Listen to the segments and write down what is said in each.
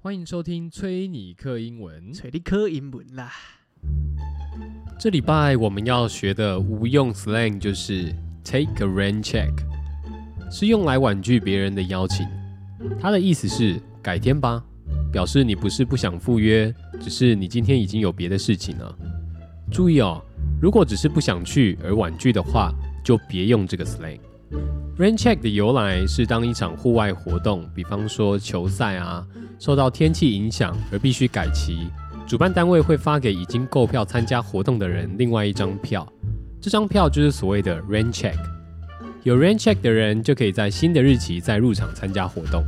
欢迎收听崔尼克英文。找你考英文啦。这礼拜我们要学的无用 slang 就是 take a rain check，是用来婉拒别人的邀请。它的意思是改天吧，表示你不是不想赴约，只是你今天已经有别的事情了。注意哦，如果只是不想去而婉拒的话，就别用这个 slang。Rain check 的由来是当一场户外活动，比方说球赛啊，受到天气影响而必须改期，主办单位会发给已经购票参加活动的人另外一张票，这张票就是所谓的 rain check。有 rain check 的人就可以在新的日期再入场参加活动。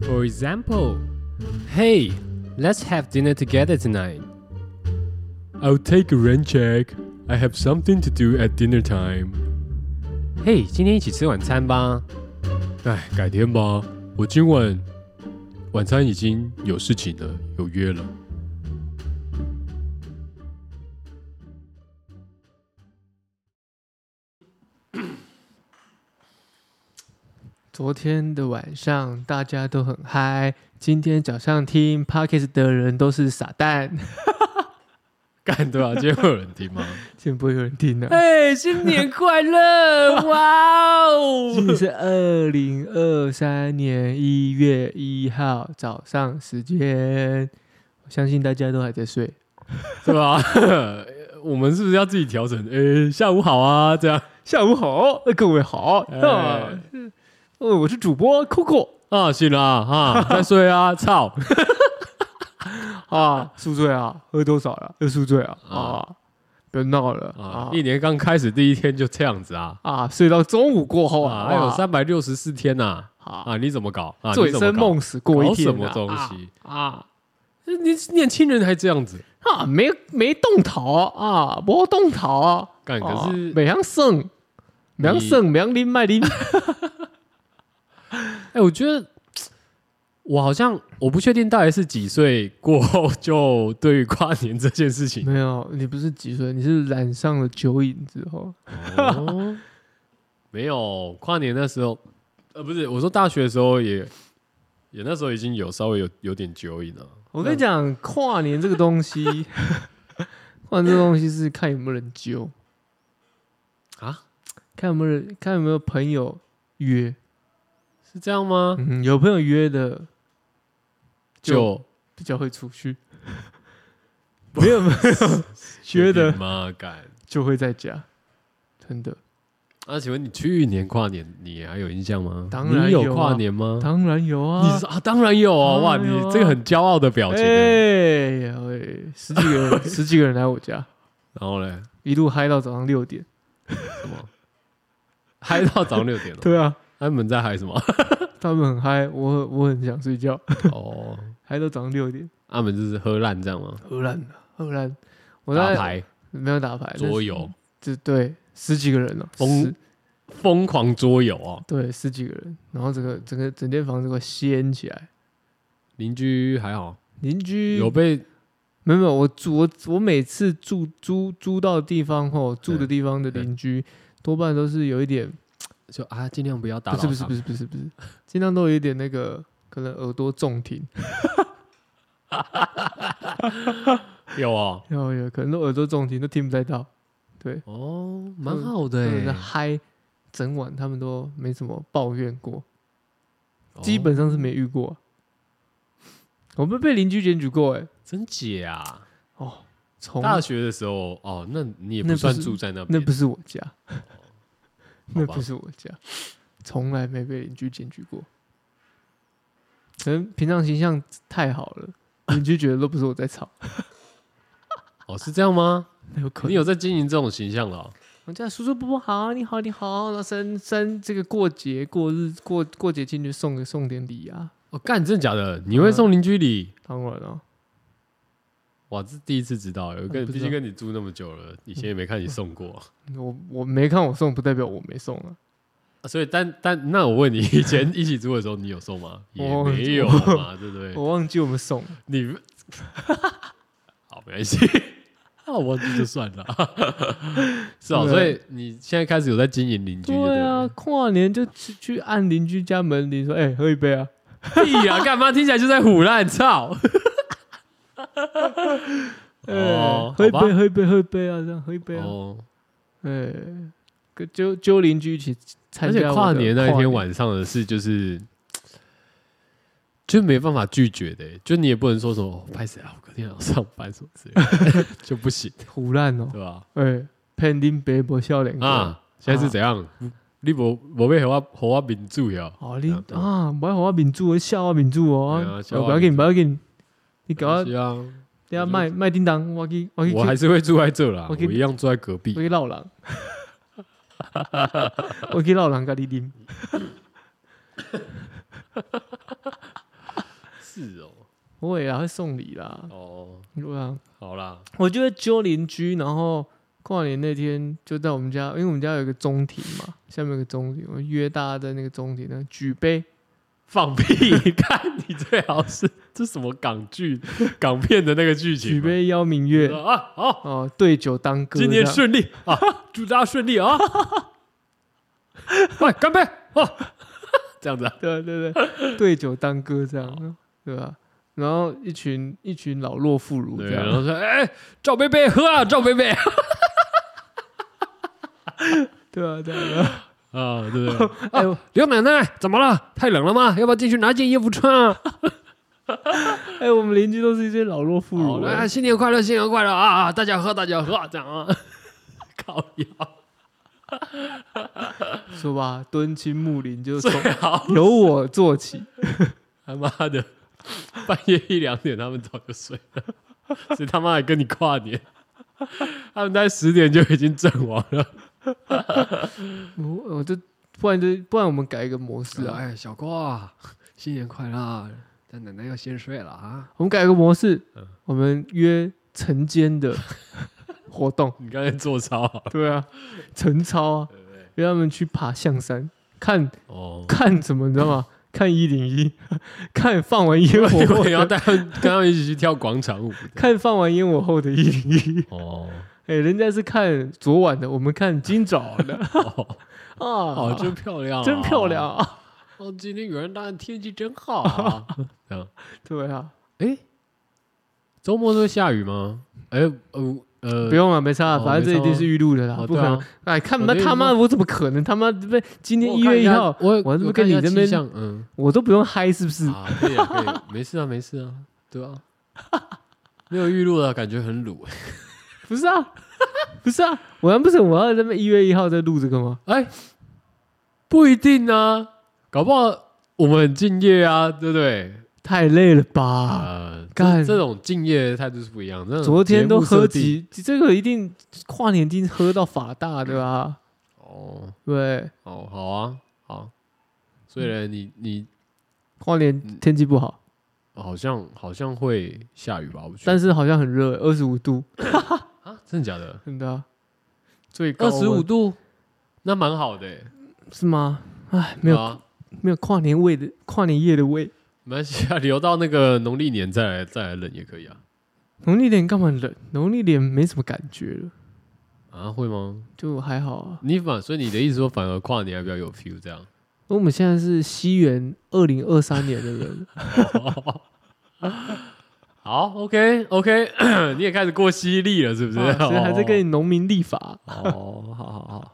For example, hey, let's have dinner together tonight. I'll take a rain check. I have something to do at dinner time. 嘿、今天一起吃晚餐吧。哎，改天吧，我今晚晚餐已经有事情了，有约了。 昨天的晚上大家都很嗨，今天早上听 podcast 的人都是傻蛋， 干对吧、今天会有人听 吗？现在不会有人听了、啊。哎，新年快 乐！哇今哦！天是二零二三年一月一号早上时间，我相信大家都还在睡。对吧、 我们是不是要自己调整？哎，下午好啊，这样下午好，各位好，哎啊呃，我是主播 Coco 啊，醒了啊， 啊再睡啊，操！啊，宿醉啊，喝多少了？又宿醉啊啊啊，不要闹了啊啊，一年刚开始第一天就这样子啊，啊，睡到中午过后哇，啊，还有哇三百六十四天呐、啊，啊，啊，你怎么搞？啊，醉你怎生么搞梦死过一天啊，搞什么东西啊你年轻人还这样子，啊啊？没没动头啊，没动头啊，干哎可啊是每样剩，每样剩，每样拎卖 拎哎、我觉得我好像我不确定到底是几岁过后就对于跨年这件事情，没有，你不是几岁？你是染上了酒瘾之后哦、 没有跨年那时候，呃，不是我说大学的时候也也那时候已经有稍微有有点酒瘾了。我跟你讲，跨年这个东西， 跨年这个东西是看有没有人揪啊，看有没有人，看有没有朋友约。是这样吗？嗯，有朋友约的就比较会出去，没有 没有约的妈干。就会在家，真的。啊，请问你去年跨年你还有印象吗？当然你有有啊跨年吗？当然有嗯你啊是，啊，当然有啊！哇，当你然有啊这个很骄傲的表情欸。哎呀喂，十几个 人，十几个人来我家，然后嘞，一路嗨到早上六点。什么？嗨到早上六点了。对啊，他们在嗨什么？他们很嗨，我我很想睡觉， 哦，嗨到早上六点。 他们就是喝烂这样吗？荷兰的荷兰，我打在哎牌、没有打牌，桌游，这对十几个人哦，疯十疯狂桌游哦。对十几个人，然后整个整个整间房子快掀起来。邻居还好，邻居有被没有没有，我住我我每次住租租到的地方后，住的地方的邻居多半都是有一点，就啊，尽量不要打不扰是他。不是不是不是不是，尽量都有一点那个，可能耳朵重听，是，有哦，然后有可能都耳朵重听都听不太到，对，哦，蛮好的他们的欸，嗨，整晚他们都没什么抱怨过，哦基本上是没遇过啊、我们被邻居检举过哎、真假啊。哦，从大学的时候哦，那你也那不不算是住在那那边哦不是我家， 那吧不是我家，从来没被邻居检举过。可能平常形象太好了，邻居觉得都不是我在吵，哦，是这样吗？那有可你能。有在经营这种形象了哦？我家叔叔伯伯好，你好你好，然后三三这个过节过日过过节进去送个送点礼啊，哦，干，真的假的？你嗯会送邻居礼？当然啊了、哇，这第一次知道，有跟嗯不知道毕竟跟你住那么久了，以前也没看你送过，我我没看我送，不代表我没送啊。啊所以但但那我问你，以前一起住的时候你有送 吗？也我没有嘛，对不对？ 我忘记我们送了，你好没关系，啊，忘记就算了。是啊，对所以你现在开始有在经营邻居就对啊，了，跨年就去去按邻居家门铃说：“哎、喝一杯啊 屁呀，干嘛听起来就在胡乱 操！！”哎、哦喝一好吧杯，喝一杯，喝一杯啊！这样喝一杯啊！哦，哎、跟揪揪邻居一起参而加我且的跨年那一天跨年，晚上的事，就是就没办法拒绝的欸、就你也不能说什么哦拍谁啊，我隔天要上班什么之类的， 就不行，胡烂哦！对吧？哎、pending 北博笑脸啊！啊，现在是怎样？嗯你不我被啊和我和我民主呀？哦，你啊对啊，不要给我民主，笑我民主哦！对啊笑我不要紧，不要紧，你搞我是啊，等下我就卖卖叮当，我去我去我还是会住在这啦，我我可以一样住在隔壁我。去 绕人，我去绕人甲你啉。是哦，不会啦，会送礼啦，哦，对啊。好啦，我就会揪邻居，然后跨年那天就在我们家，因为我们家有一个中庭嘛，下面有个中庭，我约大家在那个中庭呢举杯。放屁！看你最好是这什么港剧、 港片的那个剧情举嘛？杯邀明月，啊，好，哦，对酒当歌这今样。年顺利啊，祝大家顺利 啊！喂，干杯！哦，这样子啊，对对对，对酒当歌这样，对吧？然后一群一群老弱妇孺对，这然样，后说，哎，赵贝贝喝啊，赵贝贝对啊对啊对啊。 啊，对不对？哎呦刘奶奶怎么了？太冷了吗？要不要进去拿件衣服穿啊？哎，我们邻居都是一些老弱妇 好孺，来，哎新年快乐，新年快乐啊！啊大家喝，大家喝，这样 啊，靠腰。说吧，敦亲睦 邻就从 最好由我做起。他妈的，半夜一两点他们早就睡了， 谁他妈还跟你跨年？ 他们在十点就已经阵亡了。我我就不然就不然我们改一个模式啊，哎，小郭，新年快乐！但奶奶要先睡了啊。我们改一个模式嗯，我们约晨间的活动，你刚才做操好了，对啊，晨操啊，对不对？约他们去爬象山，看哦，看什么你知道吗？看一零一， 看放完烟 火我后也要的，带他们，跟他们一起去跳广场舞。看放完烟火后的一零一。 哦，哎，人家是看昨晚的，我们看今早的 哦， 啊，哦真漂亮，真漂亮！啊！哦，今天元旦天气真好 啊。这样， 对啊，哎，周末都会下雨吗？哎，呃呃，不用了，没差，啊哦反正这一定是预录的啦哦，不对啊可能。哎，看我妈跟你他妈，说我怎么可能他妈被今天我一看月一下号，我我是不看是跟你一下那气边象嗯，我都不用嗨，是不是？啊，可以啊，可以，没事啊，没事啊，对啊，没有预录了，感觉很鲁。啊不是啊， 不是啊，我难不成我要在那一月一号再录这个吗？哎，不一定啊，搞不好我们很敬业啊，对不对？太累了吧！呃，干这这种敬业的态度是不一样。的。昨天都节目喝设定几，这个一定跨年一定喝到法大对吧？哦对，哦，好啊，好。所以呢，你你跨年天气不好，好像好像会下雨吧？我觉得，但是好像很热，二十五度，啊，真的假的？真的啊、最高二十五温度，那蛮好的欸，是吗？哎，没有、啊。没有跨年味的跨年夜的味，没关系啊， 留到那个农历年再来再来冷也可以啊。农历年干嘛冷？农历年没什么感觉了，啊，会吗？就还好啊。你反所以你的意思说，反而跨年还比较有 feel 这样？我们现在是西元二零二三年 的人，好，OK OK，你也 开始过犀利了，是不是？啊所以还在跟你你农民立法。 哦，好好好。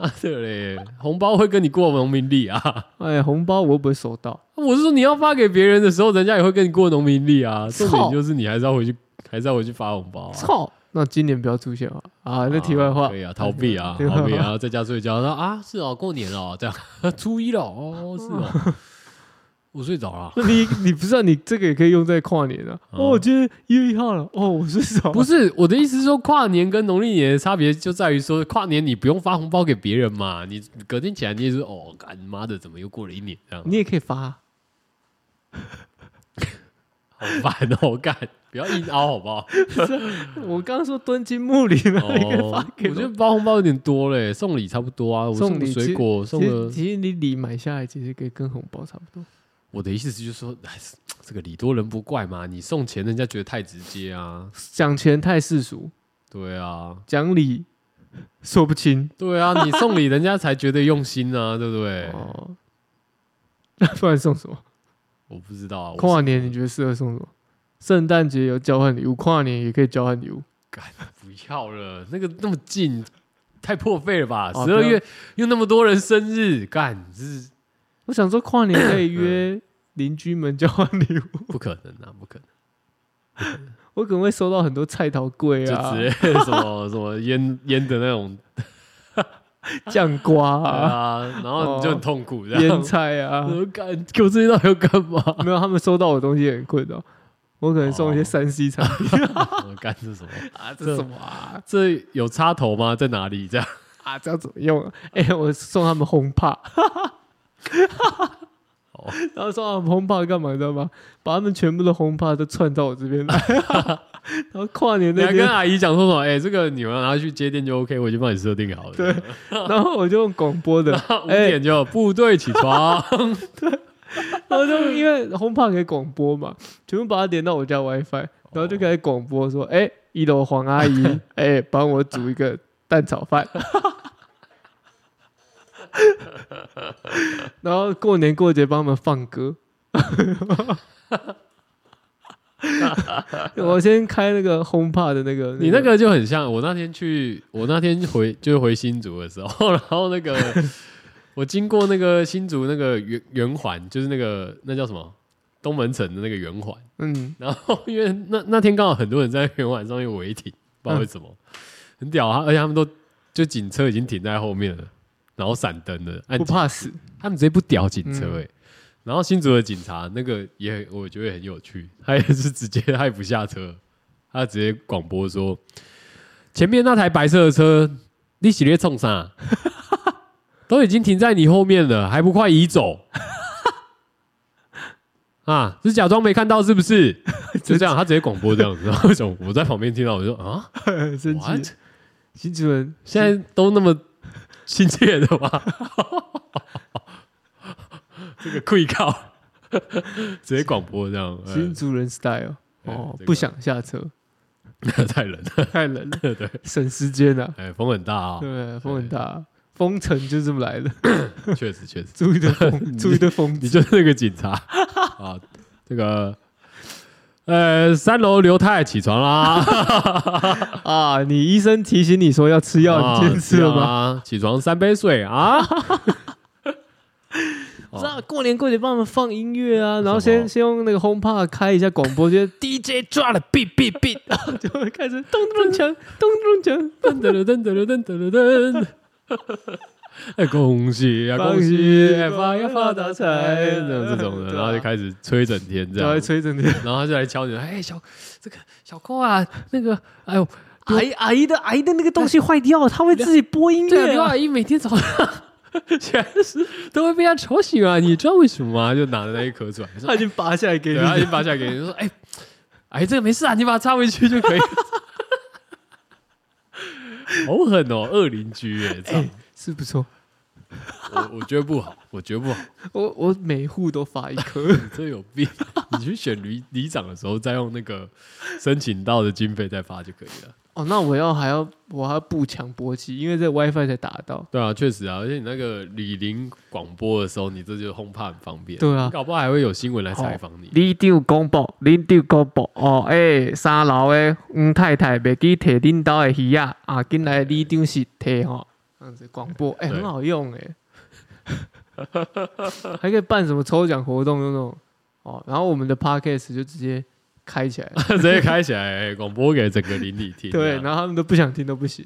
啊，对嘞，红包会跟你过农民历啊。哎，红包我又不会收到，我是说，你要发给别人的时候，人家也会跟你过农民历啊。重点操就是你还是要回去，还是要回去发红包啊。操！那今年不要出现啊！啊，那题外话，对啊，逃避啊，对啊逃避啊，在家睡觉。说啊，是哦，过年了哦，这样 初一了哦，是哦，我睡着了。啊那你你不知道你这个也可以用在跨年啊！嗯哦，今天一月一号了，哦，我睡着了，不是我的意思是说，跨年跟农历年的差别就在于说，跨年你不用发红包给别人嘛，你隔天起来你也是哦，干妈的，怎么又过了一年这样？你也可以发啊，好烦哦， 干，不要硬凹好不好？我刚刚说敦亲睦邻嘛， 你可以发哦，给我觉得我。包红包有点多嘞，送礼差不多啊，我送送个礼水果，送其个实其实你礼买下来，其实可以跟红包差不多。我的意思就是说，哎，这个礼多人不怪嘛，你送钱人家觉得太直接啊，讲钱太世俗，对啊，讲理说不清对啊，你送礼人家才觉得用心啊，对不对？哦。那不然送什么？我不知道啊，我跨年你觉得适合送什么？圣诞节有交换礼物，跨年也可以交换礼物。不要了，那个那么近，太破费了吧？哦十二不要月又那么多人生日，干这是我想说跨年可以嗯约邻居们交换礼物， 不可能啊，不可能！我可能会收到很多菜头柜啊、就直接什么 什么腌腌的那种酱瓜对啊、 啊，然后你就很痛苦这腌样。 菜啊。我干，给我这些到底要干嘛？没有，他们收到我东西也很困扰。我可能送一些哦三 C 产品我哦干这什么？啊， 这什么啊？这有插头吗？在哪里？这样啊，这要怎么用 啊？哎、我送他们轰趴，哦然后送他们轰趴干嘛？你知道吗？把他们全部的轰趴都串到我这边来，然后跨年你 那还跟天，阿姨讲说什么？哎，这个你们拿去接电就 OK，我已经帮你设定好了。对，哎然后我就用广播的， 五点就部队起床。然后就因为轰趴可以广播嘛，全部把它连到我家 WiFi，然后就开始广播说：“哎、一楼黄阿姨，哦哎、帮我煮一个蛋炒饭。” 然后过年过节帮他们放歌。 我先开那个轰趴的那个，你那个就很像我那天去，我那天回就是回新竹的时候， 然后那个我经过那个新竹那个圆圆环，就是那个那叫什么东门城的那个圆环，嗯，然后因为那那天刚好很多人在圆环上面违停，不知道为什么，嗯很屌啊！而且他们都就警车已经停在后面了，然后闪灯了，按不警 怕死，他们直接不屌警车嗯哎、欸然后新竹的警察那个也很，我觉得很有趣，他也是直接他也不下车，他直接广播说：“前面那台白色的车，你系列冲啥？ 都已经停在你后面了，还不快移走？ 啊，是假装没看到是不是？就这样，他直接广播这样子。然后我想我在旁边听到，我就啊很生，what？气。新主人现在都那么亲切的 吗？这个跪靠，直接广播这样，新主人 style 哎哦这，个不想下车，呃、太冷了，太冷了，对，省时间啊。哎、风很大啊、对，风很大，风城就这么来的，确实确实，注意的风，注意的风你就是那个警察啊，这个。呃，三楼刘太起床 啦！啊！你医生提醒你说要吃药，啊你今天吃了吗？啊起床三杯水啊！ 不是啊，过年过节帮他们放音乐啊，然后什么先先用那个 HomePod 开一下广播，就 DJ 抓了 beat beat beat，就会开始咚咚锵咚咚锵，噔噔噔噔噔噔噔噔。哎，恭喜 啊，恭喜！哎，发呀发大财，这种这种的，对啊然后就开始吹整天这然后样，吹整天。然后他就来敲你，哎，小这个小扣啊，那个，哎呦，阿姨阿姨的阿姨的那个东西坏掉了，她会自己播音这个乐刘啊。阿姨每天早上 全是都会被他吵醒啊，你知道为什么吗？就拿着那一颗出来，说 她已经拔下来啊给你对，，他已经拔下来给你，说，哎，哎，这个没事啊，你把它插回去就可以。 好狠哦，恶邻居哎， 操！是不错。我我觉得不好，我觉得不好，我我每户都发一颗，你这有病！啊 你去选里里长的时候，再用那个申请到的经费再发就可以了。 哦，那我要还要我还要步强搏击，因为在 WiFi 才打得到。对啊，确实啊，而且你那个李林广播的时候，你这就是轰趴很方便。对啊哦你搞不好还会有新闻来采访你。你丢公布，你丢公布哦！诶、三楼的黄太太袂记摕恁兜的鱼啊，啊，进来你丢是摕吼，这样子广播，诶、对很好用诶、还可以办什么抽奖活动那种哦。然后我们的 podcast 就直接开起来， 直接开起来哎广播给整个邻里听。对，这样然后他们都不想听都不行，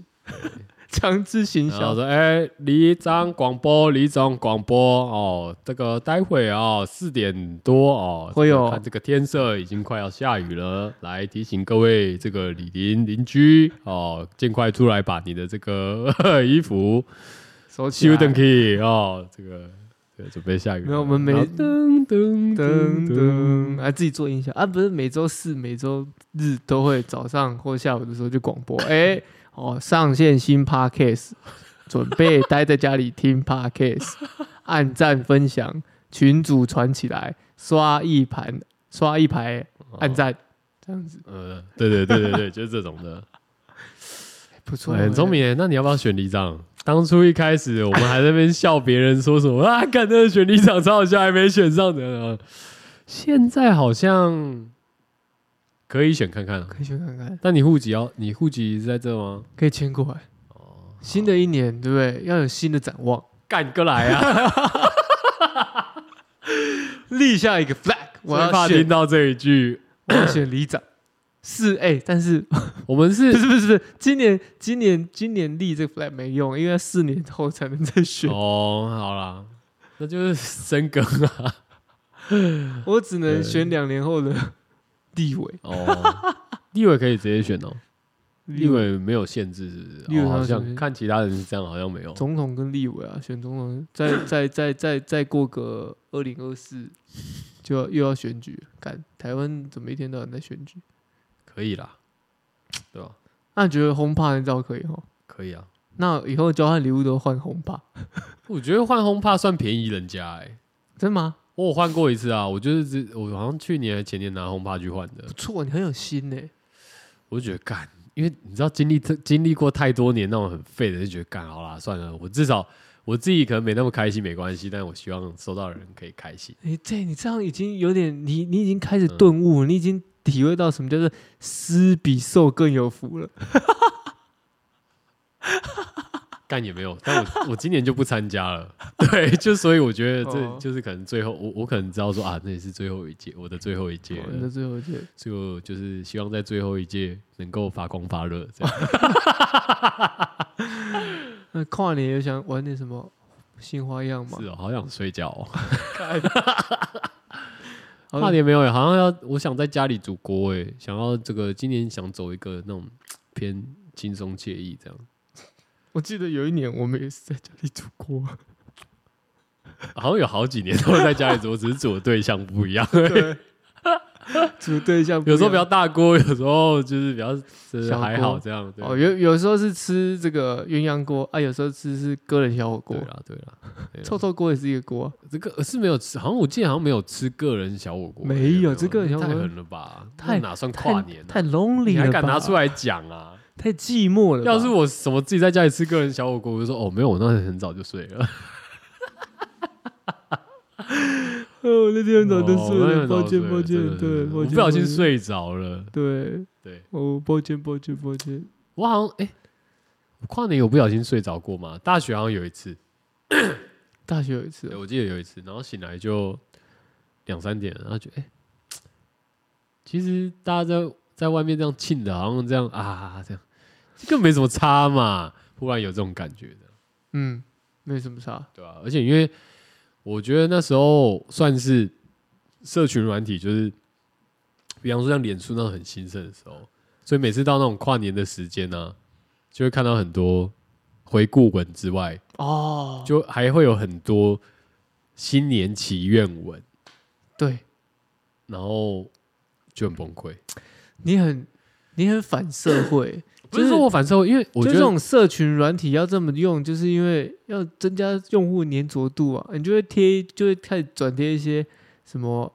强制行然后销。说，哎、李长广播，李长广播哦，这个待会哦四点多哦，会有看这个天色已经快要下雨了，来提醒各位这个李邻邻居哦，尽快出来把你的这个 衣服手起修来登 key 哦，这个这个准备下雨了。没有我们每然后噔噔噔噔噔，噔，啊，自己做音效啊，不是每周四、每周日都会早上或下午的时候就广播，哎、哦，上线新 podcast，准备待在家里听 podcast，按赞分享，群主传起来，刷一盘，刷一排，按赞，这样子哦呃，对对对对对，就是这种的，不错，对哎很聪。明耶。那你要不要选里长？当初一开始我们还在那边笑别人说什么啊，干那个选里长超好笑，还没选上的呢。现在好像可以选看看啊，可以去看看，但你户籍要你户籍在这吗？可以迁过来。新的一年，对不对？要有新的展望，干哥来啊！立下一个 flag。我最怕要听选，到这一句。我要选里长。是哎、但是我们是不 是不是不是，今年今年今年立这个 flag 没用，因为要四年后才能再选。哦，好啦，那就是深耕啊。我只能选两年后的 立委，哦，立委可以直接选哦，立委、委没有限制是不是？立委哦好好像像是看其他人是这样，好像没有。总统跟立委啊，选总统， 再再再再再过个二零二四，就要又要选举了，干台湾怎么一天到晚在选举？可以啦，对吧？那你觉得轰趴那招可以哈？可以啊，那以后交换礼物都换轰趴，我觉得换轰怕算便宜人家哎、真的吗？我有换过一次啊，我就是只我好像去年还前年拿轰趴去换的不，错，你很有心欸呢、我就觉得干，因为你知道经历这经历过太多年那种很废的，就觉得干好啦，算了，我至少我自己可能没那么开心没关系，但我希望收到的人可以开心。你这你这样已经有点，你你已经开始嗯顿悟，你已经体会到什么叫做施比受更有福了。干也没有，但我 我今年就不参加了。对，就所以我觉得这哦就是可能最后，我我可能知道说啊，那也是最后一届，我的最后一届好哦你的了，最后一届，就就是希望在最后一届能够发光发热这样。那跨年有想玩点什么新花样吗是？哦，好想睡觉哦。好跨年没有耶，好像要我想在家里煮锅诶，想要这个今年想走一个那种偏轻松惬意这样。我记得有一年我们也是在家里煮锅， 好像有好几年都是在家里煮，只是煮的对象不一 样。对，煮 对象有时候比较要大锅，有时候就是比较就是小锅还好这样。对哦，有有时候是吃这个鸳鸯锅啊，有时候吃是个人小火锅对，啊啦，对 啦，对啦臭臭锅也是一个锅啊，这个是没有吃，好像我记得好像没有吃个人小火锅，欸没有这个人小火太锅狠了吧？太那哪算太跨年啊？太 lonely 你了吧，还敢拿出来讲啊？太寂寞了吧。要是我什么自己在家里吃个人小火锅，我就说哦没有，我那很早就睡了，哦，那天很早就睡哦我了，那天很抱早就歉睡了真的抱真歉，对，的我不抱小歉，心抱歉，睡着了。对，对哦，抱歉抱歉抱歉，我好像哎、我跨年有不小心睡着过吗？大学好像有一次，大学有一次对哦，我记得有一次，然后醒来就两三点了，然后觉得哎、其实大家在在外面这样庆的，好像这样啊这样，这个没什么差嘛，忽然有这种感觉的。嗯，没什么差，对啊，而且因为我觉得那时候算是社群软体，就是比方说像脸书那种很兴盛的时候，所以每次到那种跨年的时间呢、就会看到很多回顾文之外，哦，就还会有很多新年祈愿文，对然后就很崩溃。你很你很反社会，不是说我反社会，因为我就觉这得种社群软体要这么用，就是因为要增加用户粘着度啊，你就会贴，就会开始转贴一些什么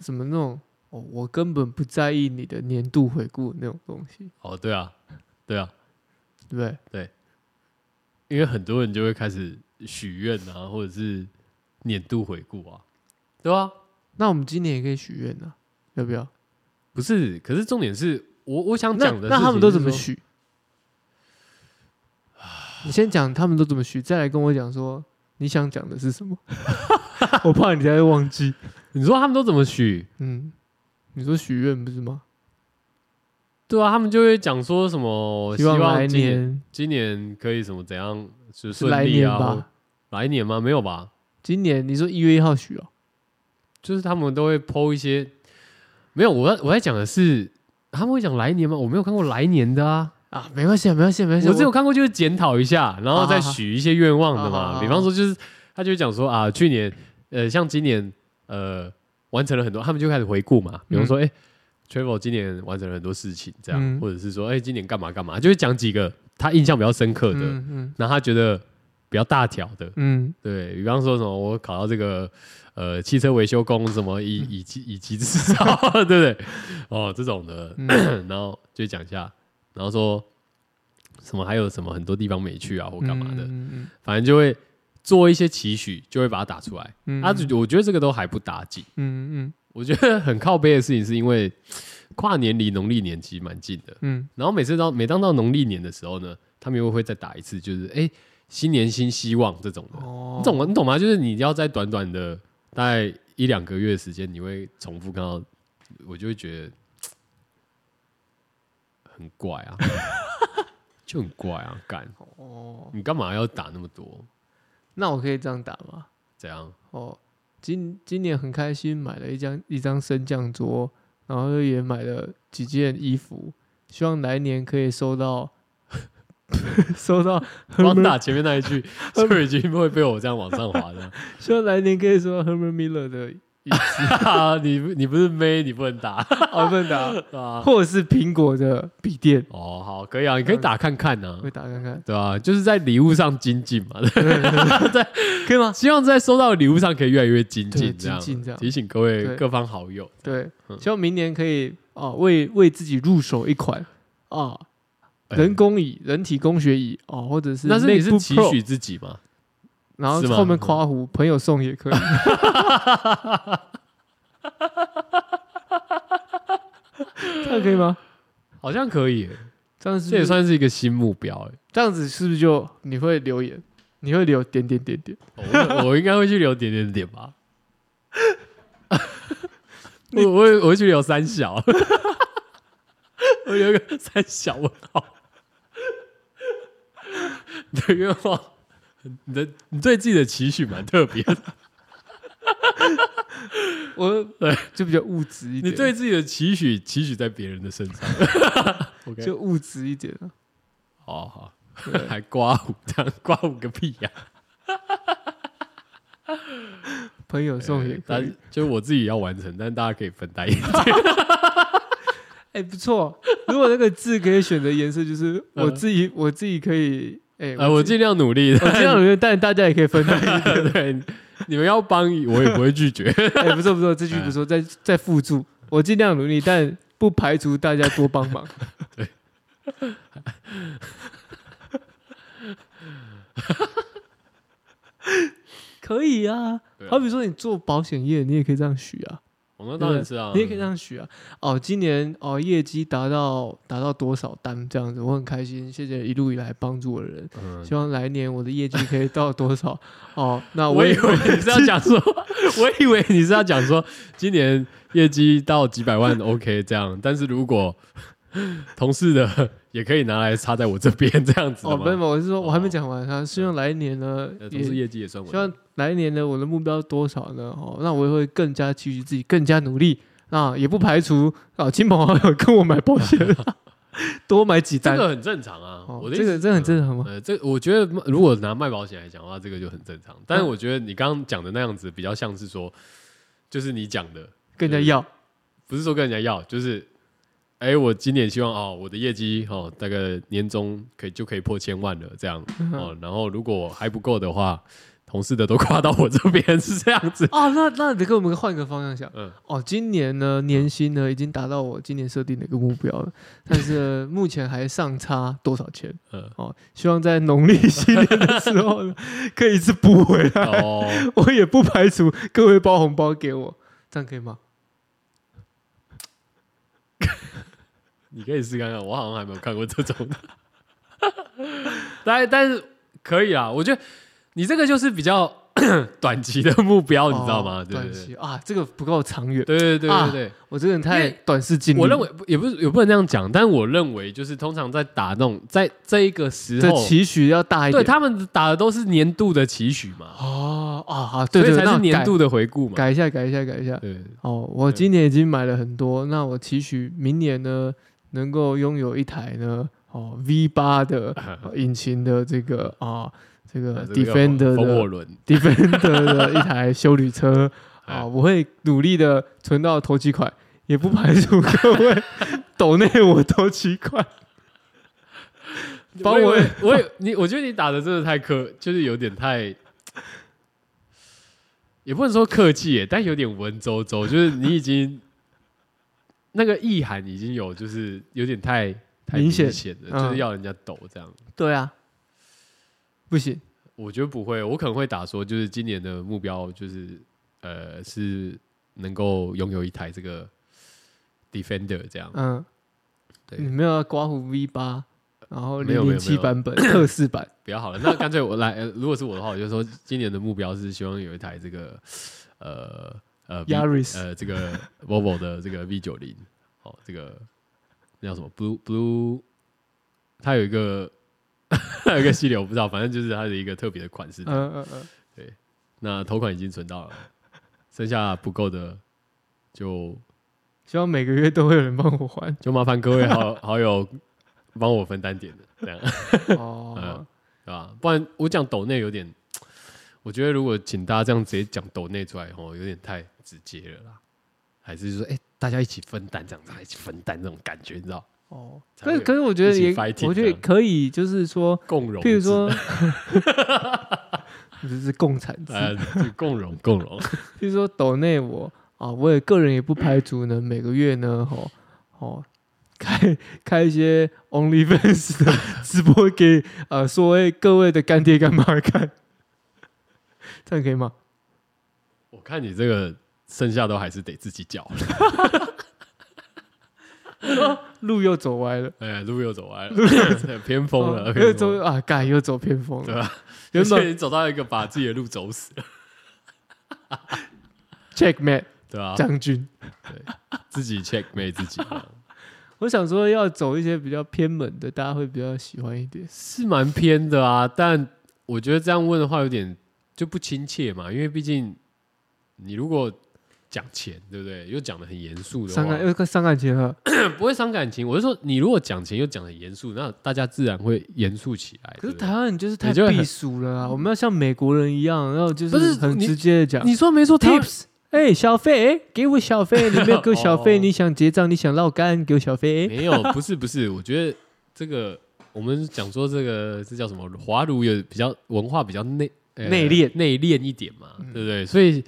什么那种，哦，我根本不在意你的年度回顾那种东西，哦，对啊，对啊，对不对？因为很多人就会开始许愿啊，或者是年度回顾啊，对啊，那我们今年也可以许愿啊，要不要？不是，可是重点是我我想那讲的那他们都怎么事情是 许？你先讲他们都怎么许，再来跟我讲说你想讲的是什么， 我怕你再忘记。说？你说他们都怎么许？嗯，你说许愿不是吗？对啊，他们就会讲说什么，希希望来今年今年可以什么怎样，就是顺来利年啊。吧。或来年吗？没有吧？今年你说一月一号许哦，就是他们都会剖一些，没有。我在我在讲的是，他们会讲来年吗？我没有看过来年的啊，啊，没关系，啊，没关系，没关系，我只有看过就是检讨一下，然后再许一些愿望的好好嘛。好比方说，就是他就会讲说啊，去年呃，像今年呃，完成了很多，他们就开始回顾嘛。比方说，哎、t r a v e l 今年完成了很多事情，这样，嗯或者是说，哎、今年干嘛干嘛，就会讲几个他印象比较深刻的，嗯嗯，然后他觉得比较大条的。嗯，对比方说什么，我考到这个呃汽车维修工，什么嗯以以及以及至少， 对不对？哦，这种的，嗯然后就讲一下，然后说什么还有什么很多地方没去啊，或干嘛的，嗯嗯反正就会做一些期许，就会把它打出来。嗯啊，我觉得这个都还不打紧。嗯嗯我觉得很靠背的事情是因为跨年离农历年其实蛮近的，嗯然后每次到每当到农历年的时候呢，他们又会再打一次，就是哎、新年新希望这种的。嗯，哦你，懂吗？你懂吗？就是你要在短短的大概一两个月的时间，你会重复看到，我就会觉得很怪 啊，就很怪啊！干，哦，你干嘛要打那么多？那我可以这样打吗？怎 样？哦，今今年很开心，买了一张一张升降桌，然后也买了几件衣服，希望来年可以收到 收到光 Herman，打前面那一句， 是不是已经会被我这样往上滑的？希望来年可以收到 Herman Miller 的啊你不你不是妹，你不能打阿芬达，啊！或者是苹果的笔电，哦，好，可以啊，你可嗯以打看看啊我，打看看，对吧、就是在礼物上精进嘛，可以吗？希望在收到的礼物上可以越来越精对进，这精样进这样提醒各位对各方好友。对，嗯希望明年可以哦，为为自己入手一款啊，哎人工椅、人体工学椅哦，或者是但是你是 MacBook 期 Pro 许自己嘛？然后是吗后面夸胡，朋友送也 可以。这样可以吗？好像可以耶，这样是不是这也算是一个新目标哎。这样子是不是就你会留言？你会留点点点点？我我应该会去留点点点 吧。我我会我会去留三小， 我留个三小问号。 你的愿望，你的你对自己的期许蛮特别 的。我对就比较物质一你点，对自己的期许，期许在别人的身 上。OK，就物质一点啊。好哦好，对还刮胡，这样刮胡个屁 呀、朋友送也可但以，就是我自己要完成，但大家可以分担一 点。哎、不错。如果那个字可以选择颜色，就是我嗯自己，我自己可以，哎、呃，我自己尽量努 力我的。这样留言，但大家也可以分担一点。对，你们要帮，我也不会拒绝。 哎、不错不错，这句不错，再再附注，我尽量努力，但不排除大家多帮忙。可以啊，对啊好比说你做保险业，你也可以这样许啊，我那当然是啊，你也可以这样许啊。哦，今年哦业绩达到达到多少单这样子，我很开心，谢谢一路以来帮助我的人，嗯。希望来年我的业绩可以到多少。 哦，那啊我我以也为你是要讲说， 我以为你是要讲说，今年业绩到几百万 OK 这样，但是如果 同事的也可以拿来插在我这边这样子的哦，没有，吗？没有我是说我还没哦讲完啊，希望来年呢呃同也事业绩也算我希的望来年呢，我的目标多少呢？哦，那我也会更加期许自己，更加努力。啊，也不排除啊，亲朋好友跟我买保险， 多买几这单。个很正常啊。哦我，的意这思个这嗯很正常吗？呃，这我觉得如果拿卖保险来讲的话，这个就很正常。但是我觉得你刚刚讲的那样子，比较像是说，就是你讲的，更加要不是说跟人家要，就是，哎、我今年希望哦，我的业绩哦，大概年终可以就可以破千万了，这样嗯哦。然后如果还不够的话，同事的都 跨到我这边是这样子。哦，那那得跟我们换个方向想。嗯，哦，今年呢，年薪呢已经达到我今年设定的一个目标了，但是呢目前还尚差多少钱？嗯哦，希望在农历新年的时候呢，可以一次补回来。哦，我也不排除各位包红包给我，这样可以吗？你可以试看看，我好像还没有看过这种的。 但但是可以啊，我觉得你这个就是比较 短期的目标，你知道吗？哦对对短对期啊，这个不够长远。对对对啊对对，我这个人因太为短视近利。我认为也不是也不能这样讲，但我认为就是通常在打那种在这一个时这候，期许要大一对点。他们打的都是年度的期许嘛，哦啊好，对对，所以才那是我年改度的回顾嘛。改一下，改一下，改一下。对，哦，我对今年已经买了很多，那我期许明年呢能够拥有一台呢哦 V 八的、 呃引擎的这个啊、这个呃这个叫风 Defender 风火的轮， Defender 的一台修理车啊、 哎我会努力的存到头期款，也 不排除各位抖内我头期款。帮我我也，我也你，我觉得你打的真的太客，就是有点太，也不能说客气耶，但有点文绉绉，就是你已经那个意涵已经有，就是有点太太明明显显了，就嗯是要人家抖这样。对啊，不行，我觉得不会，我可能会打说，就是今年的目标就是呃是能够拥有一台这个 Defender 这样。嗯，对你没有要刮胡 V 八，然后没零有没有哦零七版 本特仕版，比较好了。那干脆我来、 呃如果是我的话，我就说今年的目标是希望有一台这个呃呃 V- Yaris 呃这个 Volvo 的这个 V 九零，哦，这个那叫什么 Blue Blue，它有一个 它有一个系列我不知道，反正就是它的一个特别的款式嗯。嗯嗯，那头款已经存到了，剩下不够的就希望每个月都会有人帮 我还就麻烦各位好好友帮我分担点的，这样。哦嗯。对吧？不然我讲抖内有点，我觉得如果请大家这样直接讲抖内出来，吼，有点太直接了啦。还是就说，哎、大家一起分担，这样大家一起分担这种感觉，你知道？哦，才可会是可是我觉得一起也， fighting 我觉得也这样可以，就是说，共荣，譬 如，说， 这是共产制，呃，这共荣共荣，譬如说抖内我啊，我也个人也不排除呢，每个月呢，吼、吼、 开开一些 OnlyFans 的直播给呃所谓各位的干爹干妈看， 这样可以吗？我看你这个剩下都还是得自己缴。路又走歪了，哎，路又走 歪了，哎偏锋了，哦又偏锋走了。啊，干又走偏锋对了，吧？原而本且你走到一个把自己的路走死了， checkmate 对吧、将军。自己 check 妹自己，我想说要走一些比较偏门的，大家会比较喜欢一点。是蛮偏的啊，但我觉得这样问的话有点就不亲切嘛，因为毕竟你如果讲钱，对不对？又讲的很严肃的伤话感，又跟伤感结合，不会伤感情。我是说，你如果讲钱又讲的严肃，那大家自然会严肃起来。可对是不对台湾人就是太你就会很避暑了啊！我们要像美国人一样，然后就不是很你直接的讲。你说没错台湾 tips，哎、小费，哎、给我 小费，你没有给我小费，哦你想结账，你想绕干，给我小费，哎、没有，不是不是，我觉得这个我们讲说这个这叫什么？华儒有比较文化比较内呃内敛嗯内敛一点嘛，对不对？所以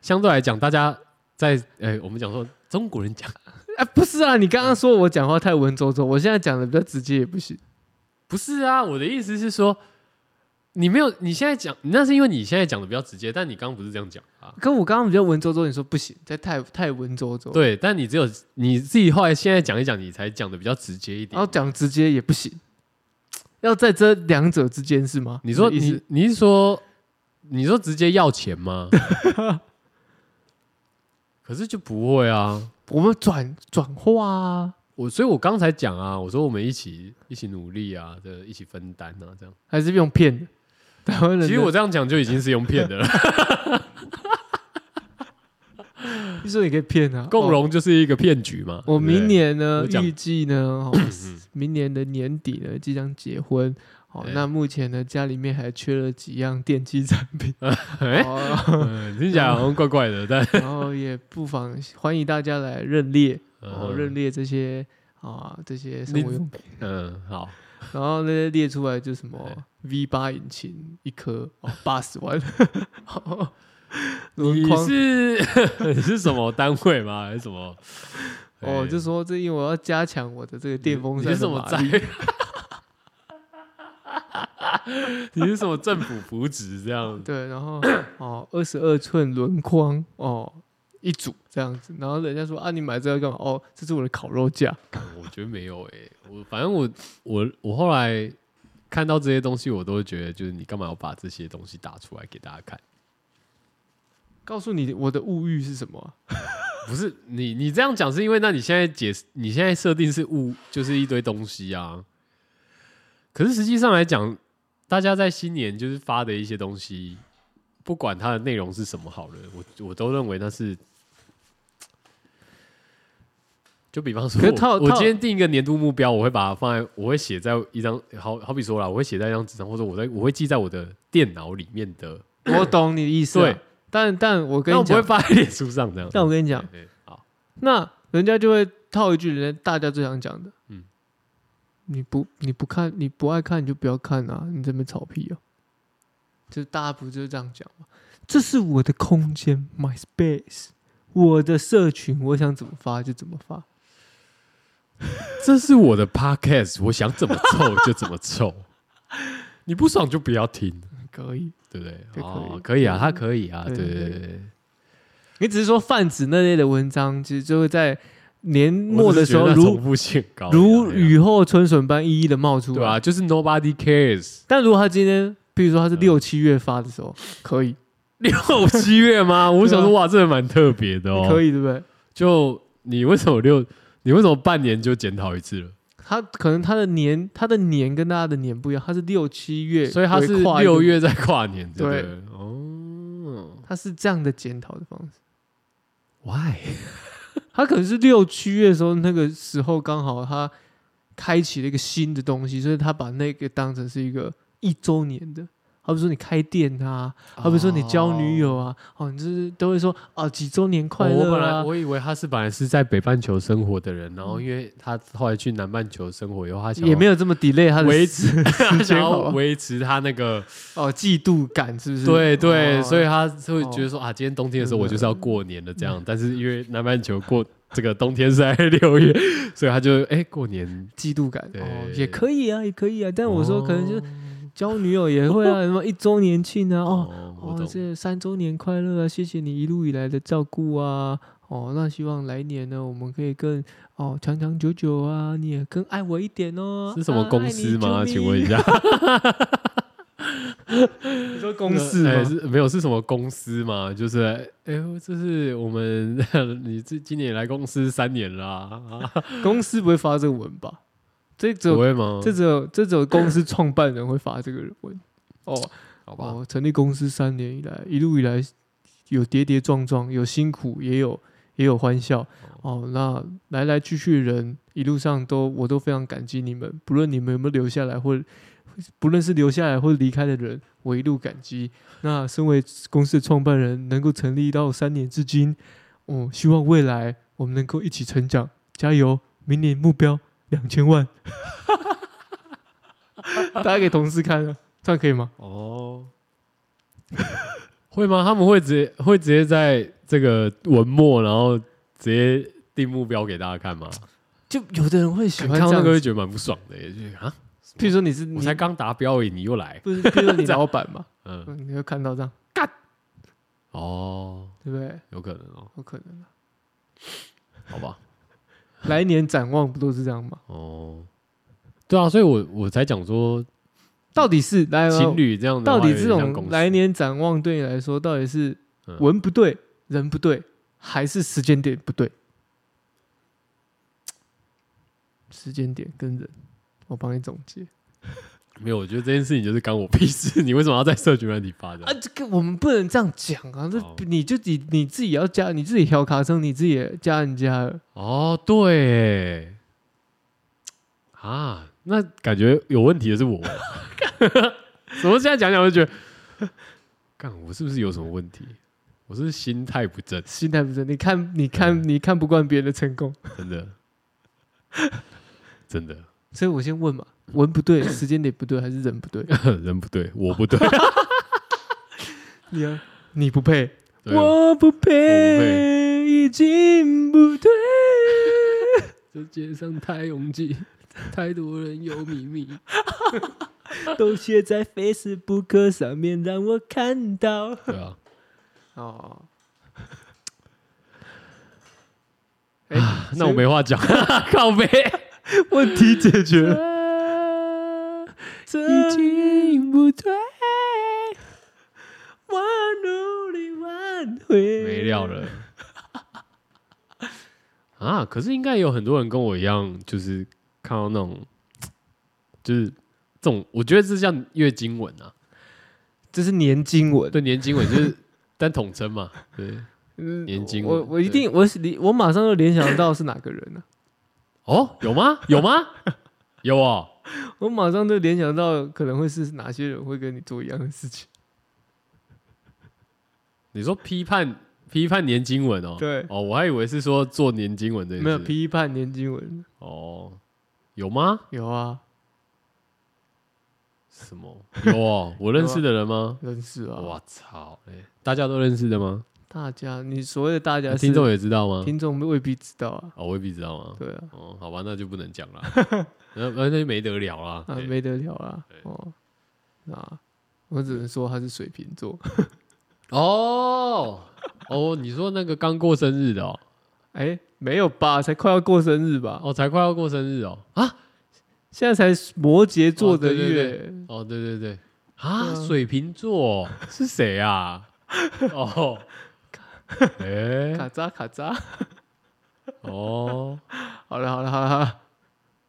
相对来讲，大家在呃，我们讲说中国人讲。啊，不是啊，你刚刚说我讲话太文绉绉，我现在讲的比较直接也不行，不是啊，我的意思是说，你没有，你现在讲，那是因为你现在讲的比较直接，但你刚刚不是这样讲啊？跟我刚刚比较文绉绉，你说不行，这太太文绉绉，，对，但你只有你自己后来现在讲一讲，你才讲的比较直接一然点后。讲直接也不行，要在这两者之间是吗？你说的意你思你是说你说直接要钱 吗？可是就不会啊，我们转转化啊，我所以，我刚才讲啊，我说我们一起一起努力啊，这一起分担啊，这样。还是用骗的？台湾人的，其实我这样讲就已经是用骗的 了，你说你可以骗啊，共哦荣就是一个骗局嘛。我对不对明年呢我，讲嗯预计呢，哦，明年的年底呢，即将结婚。哦，对那目前呢，家里面还缺了几样电器产品， 哎，哦嗯听起来好像怪怪的，但然后也不妨欢迎大家来认列， 哦，嗯认列这些啊这些生活用品，嗯，好，然后那些列出来就什哎么 V 八引擎一颗哦八十万，哦轮你框是 你是什么单位吗？还是什么？哦，哎就说这因为我要加强我的这个电风你扇是的什么马在力，？ 你是什么政府扶植这样？对，然后哦，二十二寸轮框哦，一组这样子，然后人家说啊，你买这个干嘛？哦，这是我的烤肉架，我觉得没有诶、我反正我我我后来看到这些东西，我都会觉得，就是你干嘛要把这些东西打出来给大家看？告诉你我的物欲是什么啊、不是你你这样讲是因为，那你现在解释，你现在设定是物，就是一堆东西啊。可是实际上来讲，大家在新年就是发的一些东西，不管它的内容是什么好了，我我都认为那是。就比方说可是我，它有我它有今天定一个年度目标，我会把它放在，我会写在一张，好好比说啦，我会写在一张纸上，或者我在我会记在我的电脑里面的，我懂你的意思、啊，对，但但我跟但你我不会 讲，放在脸书上这样。但我跟你讲，对，对好，那人家就会套一句人家大家最想讲的，嗯嗯，你不你不看你不爱看你就不要看啊，你这边吵屁啊！就是大家不就是这样讲吗？这是我的空间，my space，我的社群，我想怎么发就怎么发。这是我的 podcast，我想怎么凑就怎么凑， 你不爽就不要听，可以，对不对？就可以哦，可以啊，他可以啊，对对对对对对。你只是说泛指那类的文章，其实就会在年末的时候我只是觉得如重复性很高，对如啊雨后春笋般一一的冒出来。对啊，就是 nobody cares。 但如果他今天，比如说他是嗯六七月发的时候，可以，六七月吗？我想说，哇，这个蛮特别的哦。可以，以，对不对？就你为什么六？你为什么半年就检讨一次了？他可能他的年，他的年跟大家的年不一样，他是六七月，所以他是六，月在跨年，对不对对？哦他是这样的检讨的方式。 ，why？他可能是六七月的时候，那个时候刚好他开启了一个新的东西，所以他把那个当成是一个一周年的。好比说你开店啊，哦好比说你交女友啊，哦，你就是都会说哦几周年快乐、啊我本来我以为他是本来是在北半球生活的人，然后因为他后来去南半球生活以后，他想要也没有这么 delay 他的维时他时 想间要好吧维持他那个哦嫉妒感是不是？对对，哦所以他就会觉得说啊，今天冬天的时候我就是要过年的这哦样，但是因为南半球过这个冬天是在六月，所以他就哎过年。嫉妒感对哦哦也可以啊，也可以啊。但我说可能就是交女友也会啊，什么一周年庆啊， 哦哦我哦，懂。这三周年快乐啊！谢谢你一路以来的照顾啊！哦，那希望来年呢，我们可以更哦长长久久啊！你也更爱我一点哦。是什么啊公司吗？请问一，爱下，你救命 你说公 司哎吗？是没有是什么公司吗？就是哎，这是我们 你这今年也来公司三年啦，啊公司不会发这个文吧？这只不有会吗？这只有这只有公司创办人会发这个文哦。好吧，哦，成立公司三年以来，一路以来有跌跌撞撞，有辛苦，也有也有欢笑。哦，那来来去去的人一路上都我都非常感激你们，不论你们有没有留下来或不论是留下来或离开的人，我一路感激。那身为公司的创办人，能够成立到三年至今，哦，希望未来我们能够一起成长，加油！明年目标两千万， 大家给同事看啊，这样可以吗？哦，会吗？他们会直接会直接在这个文末，然后直接定目标给大家看吗？就有的人会喜看欢到这那样个子会，觉得蛮不爽的耶，就是啊，譬如说你是你我才刚达标而已，你又来，不是，譬如说你老板嘛， 嗯，嗯你会看到这样，哦，对不对？有可能哦，有可能啊，好吧，来年展望不都是这样吗？哦，对啊，所以我我才讲说到底是来嗯情侣这样的话哎到底有点这像公种司来年展望对你来说，到底是嗯文不对、人不对，还是时间点不对？时间点跟人，我帮你总嗯结没有，我觉得这件事情就是干我屁事，你为什么要在社群软体发的啊！？这个我们不能这样讲啊！这哦你就你你自己要加，你自己调卡声，你自己也加人家了。哦，对耶，啊，那感觉有问题的是 我。怎么现在讲讲就觉得， 干我是不是有什么问题？我是不是心态不正，心态不正，你看，你嗯看，你看不惯别人的成功，真的，真的 所以我先问嘛，文不 对，时间点不对，还是人不对？人不对，我 不对，你啊，你不配，对啊我不配配，已经不对。这街上太拥 挤，太多人有秘密。都写在 Facebook 上面，让我看到。对啊， 哦，哎、那我没话讲， 靠背。问题解决了。 已经不对，我努力挽回没料了。啊，可是应该有很多人跟我一样，就是看到那种，就是这种，我觉得是像月经文啊，这是年经文。对，年经文就是 单统称嘛，对，嗯年经我文我一定我是联我马上就联想到是哪个人啊呢、哦，有吗？有吗？有哦，我马上就联想到可能会是哪些人会跟你做一样的事情。你说批判批判年经文哦，对哦，我还以为是说做年经文这件事，没有批判年经文，哦，有吗？有啊，什么？有哦，我认识的人 吗？认识啊。我操！哎、大家都认识的吗？大家，你所谓的大家那啊是哎听众也知道吗？听众未必知道啊。哦，未必知道吗？对啊，哦，好吧，那就不能讲了， 那那就没得聊啦。啊对没得了啦哎对。哦，那我只能说他是水瓶座。哦哦，你说那个刚过生日的哦，哎，没有吧？才快要过生日吧？哦，才快要过生日哦，啊，现在才摩羯座的哦对对月，哦，对对对，啊，啊水瓶座哦是谁啊？ 哦，哎、卡扎卡扎。哦好了好了好了好了，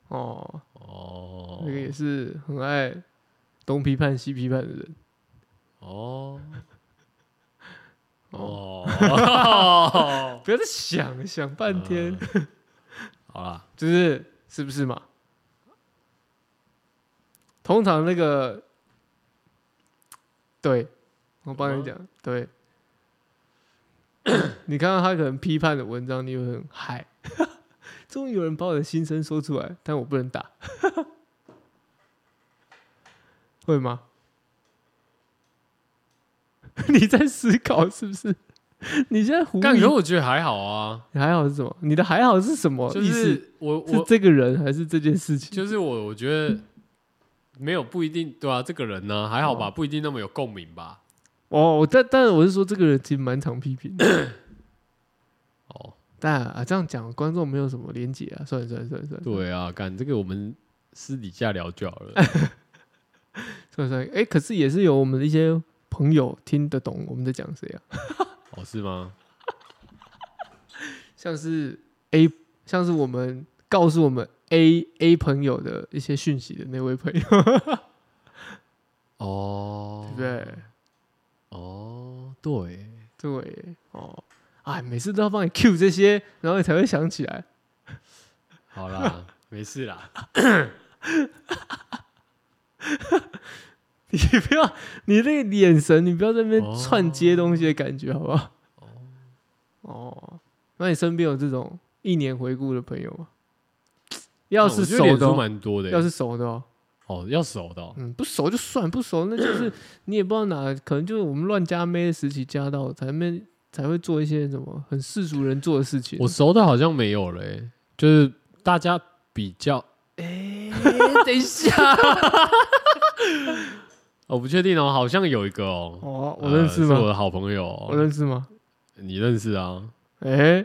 哦，哦那个也是很爱东批判西批判的人。哦哦，不要再想想半天，嗯 好啦，就是是不是嘛？通常那个，对，我帮你讲，对。 你看到他可能批判的文章，你会很嗨， 终于有人把我的心声说出来，但我不能打， 会吗？ 你在思考是不是？ 你现在胡但可迷是我觉得还好啊，你还好是什么？你的还好是什么就哦意思？是我是我这个人还是这件事情？就是我我觉得没有不一定对啊，这个人呢还好吧，哦不一定那么有共鸣吧。哦，我但但我是说，这个人其实蛮常批评 的。哦，但啊，这样讲观众没有什么连结啊，算了算了算了算了，对啊，干这个我们私底下聊就好了。 算了算了。哎，可是也是有我们的一些朋友听得懂我们在讲谁啊，哦，是吗？像是 A，像是我们告诉我们 A A 朋友的一些讯息的那位 朋友，哦对不，对？哦，对，对，哦，哎，每次都要帮你 Q 这些，然后你才会想起来。好 啦，没事啦。 你不要，你那个眼神，你不要在那哦边串接东西的感觉，好不好？哦，那你身边有这种一年回顾的朋友吗？要啊是我觉得熟脸的书哦，蛮多的要欸，是熟的哦，哦，要熟的哦，嗯，不熟就算，不熟那就是 你也不知道哪，可能就是我们乱加妹的时期加到才妹才会做一些什么很世俗人做的事情。我熟的好像没有嘞、就是大家比较， 哎、等一下，我不确定哦，好像有一个哦，哦，我呃认识是我吗？的好朋友、哦，我认识吗？你认识啊？哎，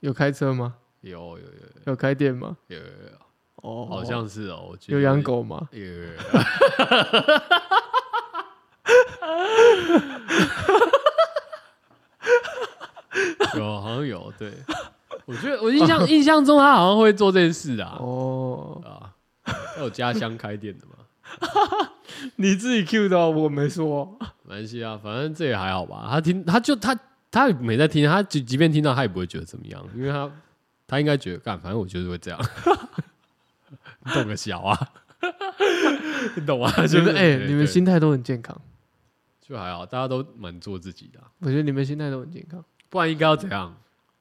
有开车吗？有有有有开店吗？有有有，哦，好像是哦，我记得有养，狗吗？有有有 有，有好像有，对，我觉得我印 象印象中他好像会做这件事啊，哦，啊，还有家乡开店的嘛，你自己 Q 的哦，我没说。没关系啊，反正这也还好吧。他听，他就他他也没在听，他即即便听到，他也不会觉得怎么样，因为他他应该觉得干，反正我就是会这样， 你懂个小啊， 你懂吗？觉就是得哎，对你们对心态都很健康，就还好，大家都蛮做自己的啊、我觉得你们心态都很健康，不然应该要怎样？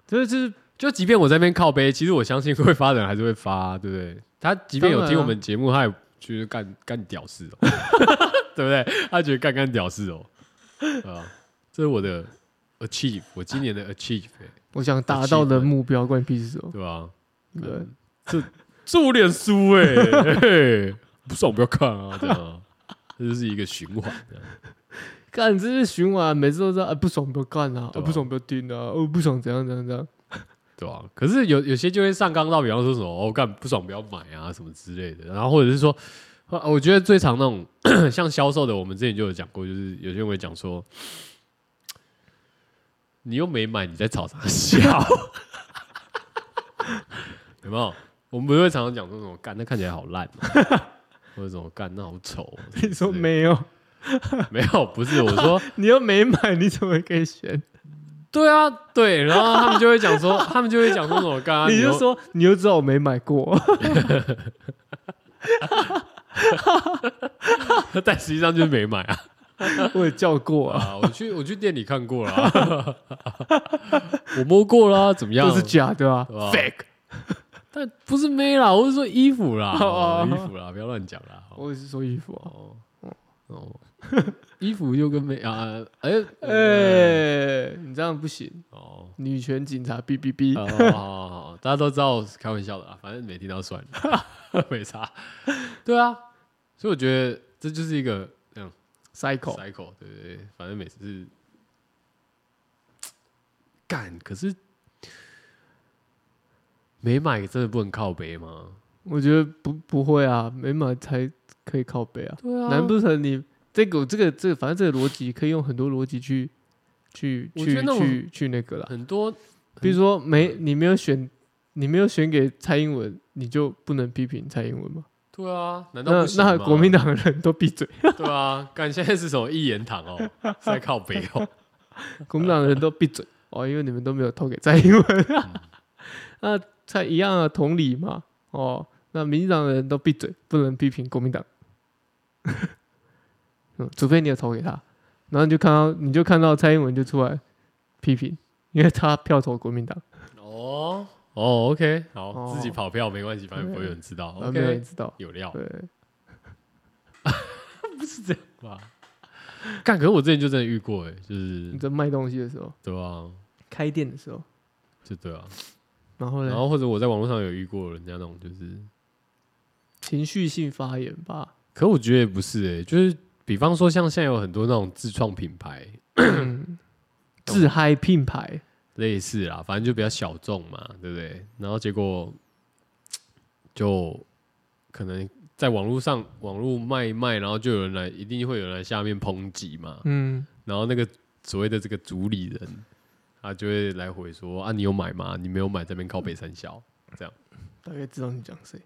就是就是就即便我在那边靠背，其实我相信会发的人还是会发啊、对不对？他即便有当然啊听我们节目，他也觉得干干屌事哦、 对不对？他觉得干干屌事哦、啊、这是我的 achieve，我今年的 achieve，、欸、我想达到的目标，关你屁事哦。对吧？对，这这我脸书哎、 欸，嘿不爽不要看啊，这样啊、这就是一个循环这样干这是循环，每次都是啊不爽不要干啊，对啊啊不爽不要听啊，哦不爽怎样怎样怎样。对啊，可是有有些就会上纲到，比方说什么哦，干不爽不要买啊，什么之类的。然后或者是说，啊我觉得最常那种 像销售的，我们之前就有讲过，就是有些人会讲说，你又没买，你在吵啥笑？ 有没有？我们不是会常常讲说什么干，那看起来好烂哦，或者什么干，那好丑哦。什么之类你的说没有， 没有？不是，我说你又没买，你怎么可以选？对啊，对。然后他们就会讲说，他们就会讲说什么干、啊， 你又就说你又知道我没买过， 但实际上就是没买啊。我也叫过啊，啊，我去我去店里看过了 啊，我摸过啦，怎么样？都是假的啊对吧，fake。但不是妹啦，我是说衣服啦，哦哦衣服啦，不要乱讲啦。哦我也是说衣服啊。哦哦， 衣服就跟妹啊，哎哎哎、你这样不行，哦。女权警察哔哔哔。哦，好好好，大家都知道我是开玩笑的啦，反正没听到算了， 没差。对啊，所以我觉得这就是一个嗯 cycle， cycle，对对对，反正每次干，可是没买真的不能靠背吗？我觉得不不会啊，没买才可以靠背啊。对啊难不成你这个这个这个，反正这个逻辑可以用很多逻辑去去我觉得去那种嗯去去那个啦。很多比如说没你没有选你没有选给蔡英文，你就不能批评蔡英文吗？对啊，难道那不行那吗国民党的人都闭嘴，对啊，干现在是什么一言堂哦，是在靠背 哦，国民党的人都闭嘴哦，因为你们都没有投给蔡英文。 那蔡一样啊，同理嘛。哦，那民进党的人都闭嘴，不能批评国民党。 嗯，除非你有投给他，然后你就看到你就看到蔡英文就出来批评，因为他票投国民党，哦哦，OK，好，哦自己跑票没关系，反正不会有人知道然后没有人，OK，知道。有料。对，哇，干！可是我之前就真的遇过、欸，哎，就是你在卖东西的时候，对啊，开店的时候，就对啊。然后呢？然后或者我在网络上有遇过人家那种，就是，情绪性发言吧。可我觉得也不是、欸，哎，就是比方说像现在有很多那种自创品牌，自嗨品牌，类似啦，反正就比较小众嘛，对不对？然后结果就可能在网络上网络卖一卖，然后就有人来，一定会有人来下面抨击嘛。嗯，然后那个所谓的这个主理人，他就会来回说啊，你有买吗？你没有买，这边靠北三小，大概知道你讲谁。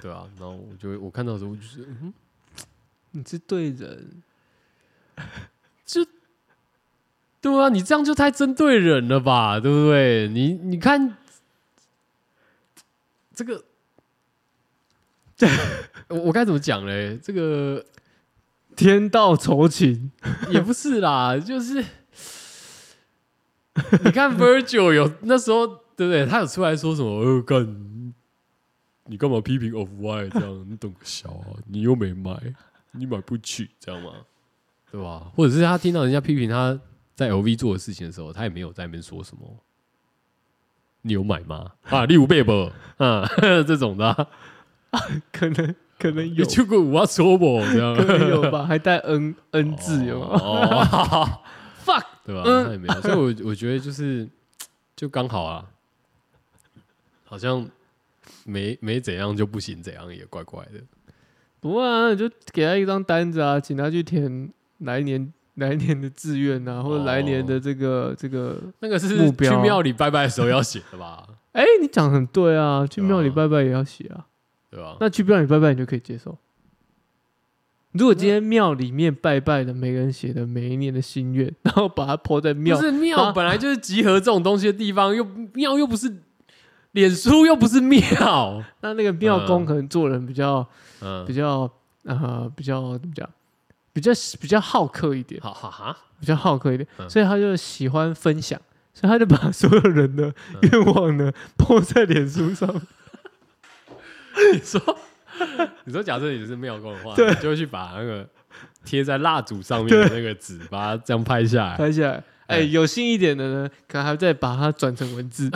对啊。然后我就会我看到的时候，我就是嗯，你是对人，对啊，你这样就太针对人了吧，对不对？你你看这个，我我该怎么讲嘞？这个天道酬勤。 也不是啦，就是你看 Virgil 有那时候对不对？他有出来说什么？呃，干你干嘛批评 Of Y 这样？你懂个小啊？你又没买，你买不起，这样吗？对吧？或者是他听到人家批评他在 LV 做的事情的时候，他也没有在那边说什么。你有买吗？啊， 你有买不？啊， 这种的啊、可能可能 你有，去过五啊说不这样 可。啊能有吧，还带 N N 字有吗？ 哦 Fuck 对吧？嗯那也没有，所以我我觉得就是就刚好啊，好像没没怎样就不行，怎样也怪怪的。不会啊，你就给他一张单子啊，请他去填来年来年的志愿哦啊，或者来年的这个、这个。那个是目去标庙里拜拜的时候要写的吧？ 哎，你讲得很对啊，去对啊庙里拜拜也要写啊。对吧？那去庙里拜拜，你就可以接受。如果今天庙里面拜拜的每个人写的每一年的心愿，然后把它抛在庙啊不，是庙本来就是集合这种东西的地方，又庙又不是脸书又不是庙，那那个庙嗯公可能做人比较比嗯，较啊比较怎么讲，比较比较好客一点，好好哈，比较好客一点，嗯所以他就喜欢分享，所以他就把所有人的嗯愿望呢抛在脸书上，你 说你说假设你是庙公的话，对你就会去把那个贴在蜡烛上面的那个纸，把它这样拍下来，拍下来。哎，哎有心一点的呢，可能还再把它转成文字，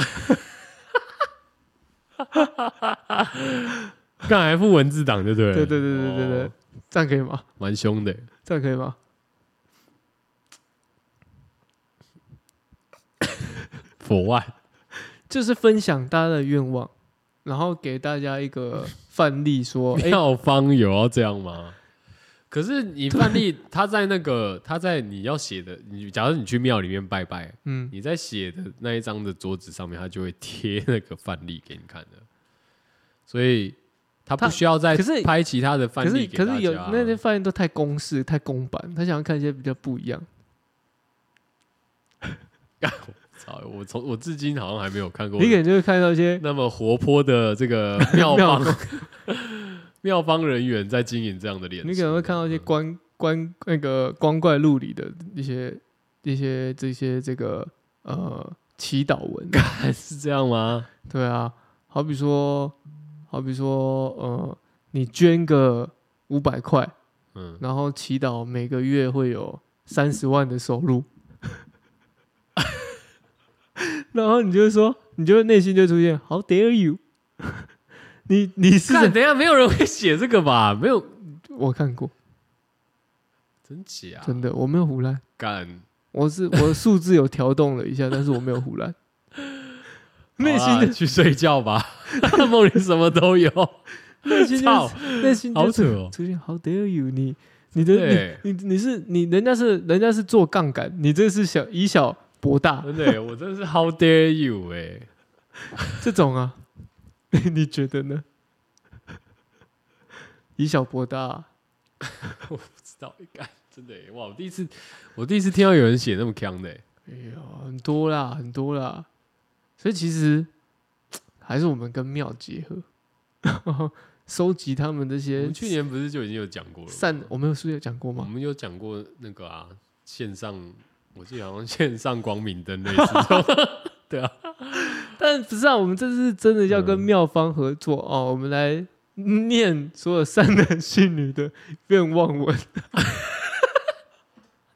干还附文字档就对了。对对对对对对哦，这样可以吗？蛮凶的。这样可以吗？佛外就是分享大家的愿望，然后给大家一个范例 说， 哎、妙方有要这样吗？可是你范例， 他在那个他在你要写的，你假如你去庙里面拜拜，嗯，你在写的那一张的桌子上面，他就会贴那个范例给你看的，所以他不他需要再可是拍其他的范可是例给可大是有家。那些发现都太公式、太公版，他想要看一些比较不一样。操我从我至今好像还没有看过你可能就会看到一些那么活泼的这个妙 庙公方妙方人员在经营这样的脸书，你可能会看到嗯一些光光那个光怪陆离的一些一些这些这个呃祈祷文， 是这样吗？对啊，好比说，好比说，呃，你捐个五百块，嗯，然后祈祷每个月会有三十万的收入， 然后你就会说，你就会内心就会出现 “How dare you”，你你是看，在等一下没有人会写这个吧？没有，我看过，真假？真的我没有胡乱，干，我是我的数字有调动了一下，但是我没有胡乱， 啊内心好啦的去睡觉 吧，梦里什么都有。内心就操是，内心就好是扯哦！出现 How dare you！你你的对你你你是你人家是人家是做杠杆，你这是小以小博大真的耶，我真的是 How dare you 哎！这种啊， 你觉得呢？ 以小博大、不知道，干，真的耶哇！我第一次，我第一次听到有人写那么强的耶。欸哎呀，很多啦，很多啦。所以其实还是我们跟庙结合， 然后收集他们这我些们去年不是就已经有讲过了吗？善，我们有书有讲过我吗？们有讲过那个啊，线上，我记得好像线上光明灯类 似这种。但不是啊，我们这次真的要嗯跟妙方合作、哦，我们来念所有善男信女的愿望文，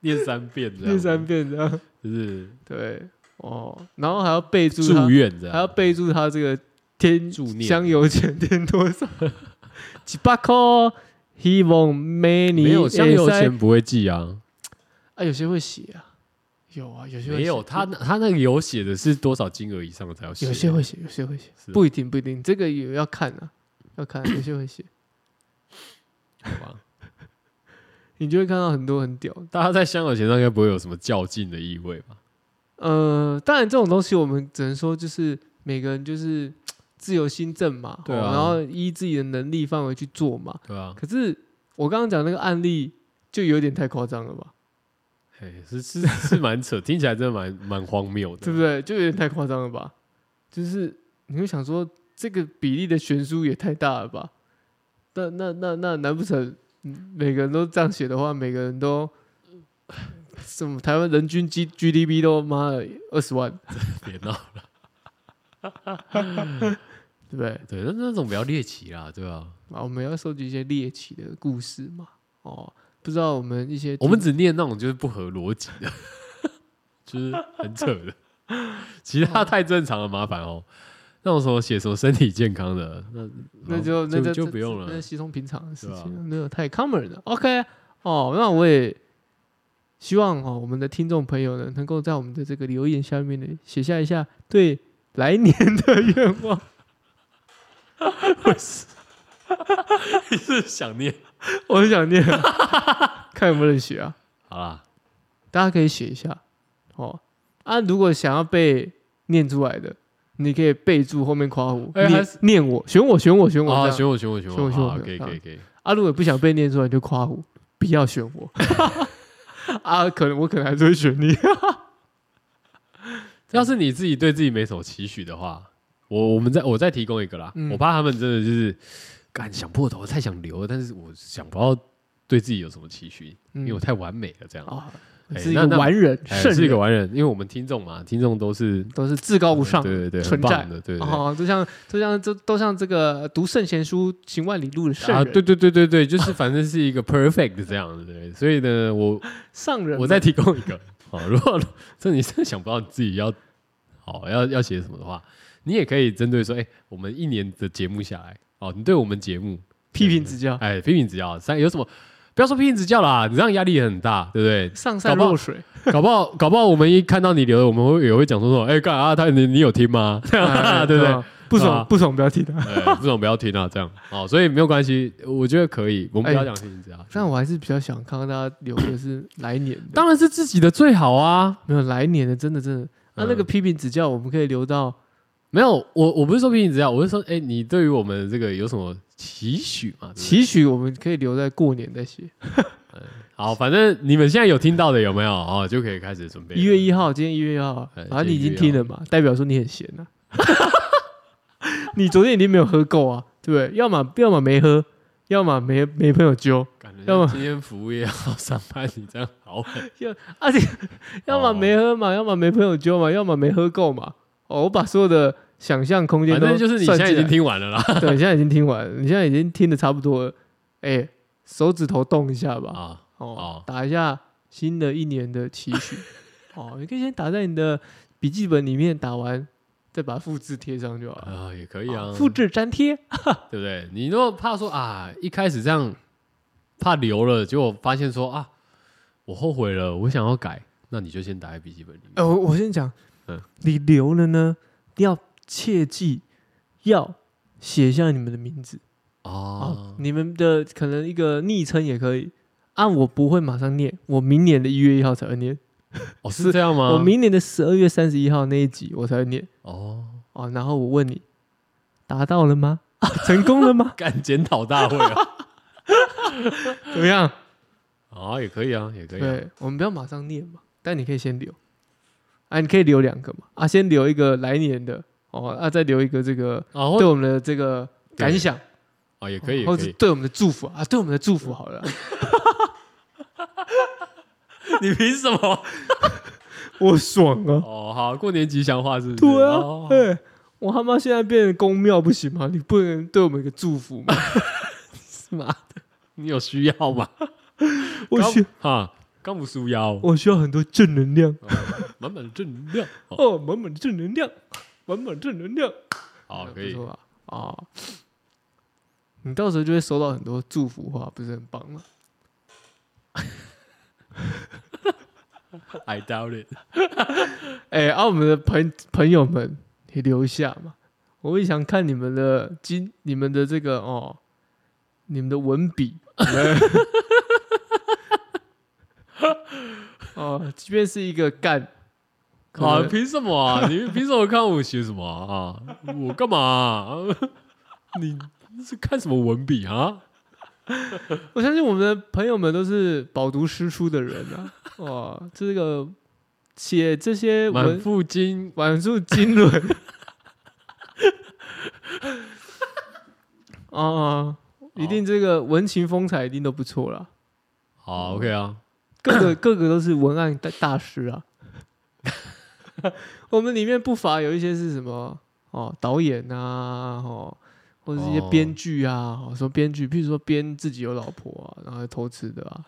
念三遍这样，念三遍这 样。就是对，哦，然后还要备注他祝，愿这还要样，备注他这个添祝念香油钱添多 少，几百块哦，希望每年没有香油会使钱不会寄啊，啊，有些会写啊，有啊，有些会没有写他那他那个有写的是多少金额以上才要写，有些会写，有些会写，是不一定不一定，这个也要看 啊，要看，有些会写，好吧？你就会看到很多很屌的。大家在香油钱上应该不会有什么较劲的意味吧？呃，当然这种东西我们只能说就是每个人就是自由心证嘛，对哦啊然后依自己的能力范围去做嘛。对啊，可是我刚刚讲那个案例就有点太夸张了吧，嘿哎是是是蛮扯，听起来真的蛮蛮荒谬对的。不对？就有点太夸张了吧，就是你会想说这个比例的悬殊也太大了吧？那那那那难不成嗯每个人都这样写的话，每个人都什么台湾人均 G GDP 都妈的二十万，别闹，对不对？对，那那种比较猎奇啦，对啊，啊，我们要收集一些猎奇的故事嘛。哦，不知道我们一些我们听只念那种就是不合逻辑的， 就是很扯的，其他太正常了，麻烦哦。那种什么写什么身体健康的，那那就那就就就这不用那了是。稀松平常的事对啊情，没有太 common 的。OK，哦，那我也希望哦，我们的听众朋友呢，能够在我们的这个留言下面呢，写下一下对来年 的愿望。你 是想念？我很想念 啊，看有没有人写啊，好啦，大家可以写一下哦。啊，如果想要被念出来的，你可以备注后面夸我，哎还念是念我，选我，选我，选我，这啊，样选我选我选选我，我选我好，选我可以啊可以可以，啊，如果不想被念出来，你就夸我，不要选我。 啊，可能我可能还是会选 你。要是你自己对自己没什么期许的话，我我们再我再提供一个啦。嗯我怕他们真的就是干想破头，太想留了，但是我想不到对自己有什么期许，因为我嗯太完美了这样。啊，哎是一那个那完人，哎圣是一个人，完人，因为我们听众嘛，听众都是都是至高无上，对对对，很存棒在的，对对对。哦，就像就像就都像这个读圣贤书行万里路的圣啊，人，对对对对对，就是反正是一个 perfect 这样的，对。所以呢，我上人，我再提供一个，好，如果 这你真的想不到你自己要好要要写什么的话，你也可以针对说，哎，我们一年的节目下来，哦，你对我们节目，批评指教，哎，批评指教，三有什么？不要说批评指教啦，你这样压力也很大，对不对？上善搞不好若水，搞不好，搞不好我们一看到你留的，我们会也会讲说说，哎、干啊，他你你有听吗？ 哎对不对？吧？不啊爽不爽不要提他。哎，这种不要听啊，这样哦，所以没有关系，我觉得可以，我们不要哎讲听这样。但我还是比较想看到大家留的是来年的，当然是自己的最好啊，没有来年的，真的真的。那那个嗯批评指教，我们可以留到没有我我不是说批评指教，我是说，哎，你对于我们这个有什么期许嘛？对不对期许，我们可以留在过年再写。好，反正你们现在有听到的有没有哦，就可以开始准 备了。一月一号，今天一月一号，哎然后你已今经天1听了嘛，代表说你很闲啊。 你昨天已经没有喝够啊，对不对？要么要么没喝，要么没没朋友揪，感觉要么今天服务业要上班，你这样好狠。啊而且要么没喝嘛，要么没朋友揪嘛，要么没喝够嘛。哦，我把所有的想象空间 反正都就是你现算在已进经来听完了啦。对，你现在已经听完了，你现在已经听的差不多了。哎、手指头动一下吧， 啊，哦，哦打一下新的一年的期 许。哦，你可以先打在你的笔记本里面，打完再把它复制贴上就好了。啊，也可以啊哦，复制粘贴，对不对？你如果怕说啊，一开始这样怕留了，结果发现说啊，我后悔了，我想要改，那你就先打在笔记本里 面。呃，我我先讲，嗯你留了呢，要切记要写下你们的名字哦哦，你们的可能一个昵称也可以。啊，我不会马上念，我明年的一月一号才会念，哦，是是这样吗？我明年的十二月三十一号那一集我才会念哦，？哦。然后我问你，达到了吗？啊成功了吗干检讨大会 啊， 怎么样？啊，也可以啊，也可以啊。对，我们不要马上念嘛，但你可以先留，啊，你可以留两个嘛，啊，先留一个来年的哦，啊，再留一个这个啊，或对我们的这个感想，啊，也可以，也或可者是 以。对我们的祝福啊，对我们的祝福好了。你凭什么？ 我爽啊！哦，好，过年吉祥话是不是？ 对啊哦，哎、我他妈现在变成公庙不行吗？你不能对我们有个祝福 吗？妈的，你有需要吗？ 我需哈，刚不输腰，我需要很多正能量哦满满的正能量。哦哦，满满的正能量，满满的正能量。好，哦可不以错。吧？哦，你到时候就会收到很多祝福话，不是很棒吗？ I doubt it。哎、啊，我们的朋朋友们也留下嘛，我也想看你们的今你们的这个哦，你们的文笔。 你们哦，即便是一个干，可啊，能凭什么啊？你凭什么看我写什么啊？啊我干嘛啊、 啊你是看什么文笔啊？我相信我们的朋友们都是饱读诗书的人啊。哦，这个写这些满文腹经晚树经纶。 啊，一定这个文情风采一定都不错啦，嗯好，OK 啊，各个各个都是文案大大师啊。 我们里面不乏有一些是什么哦，导演啊，哦，或者是一些哦编剧啊，哦，说编剧，譬如说编自己有老婆啊，然后偷吃的啊，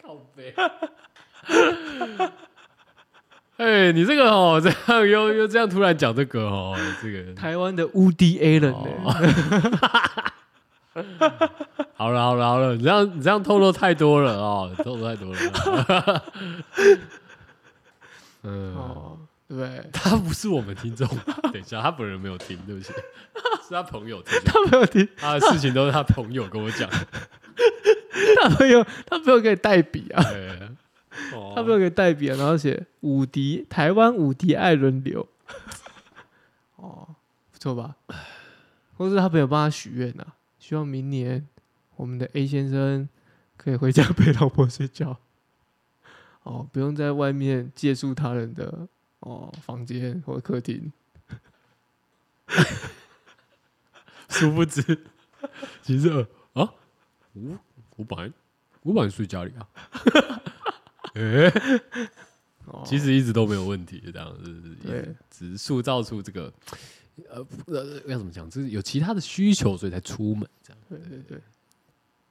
靠背。 哎，你这个哦，这样又又这样突然讲这个哦，这个台湾的 Woody Allen 呢、哦好了好了好了，你这样你这样透露太多了哦，透露太多了。 嗯，哦，对不对？他不是我们听 众，等一下，他本人没有听，对不起，是他朋友听，他没有听，他的事情都是他朋友跟我 讲。他没有，他没有给你代笔啊。对，哦他不有给代笔啊，然后写伍迪台湾伍迪艾伦 流，哦，不错吧？或是他朋友帮他许愿呐，希望明年我们的 A 先生可以回家陪老婆睡觉，哦，不用在外面借宿他人的哦房间或客厅。殊不知，其实呃啊，我我本来我本来睡家里啊， 哎、哦，其实一直都没有问题，这样子，对，只是塑造出这个。呃，不呃要怎么讲？就是有其他的需求，所以才出门这样。对对对。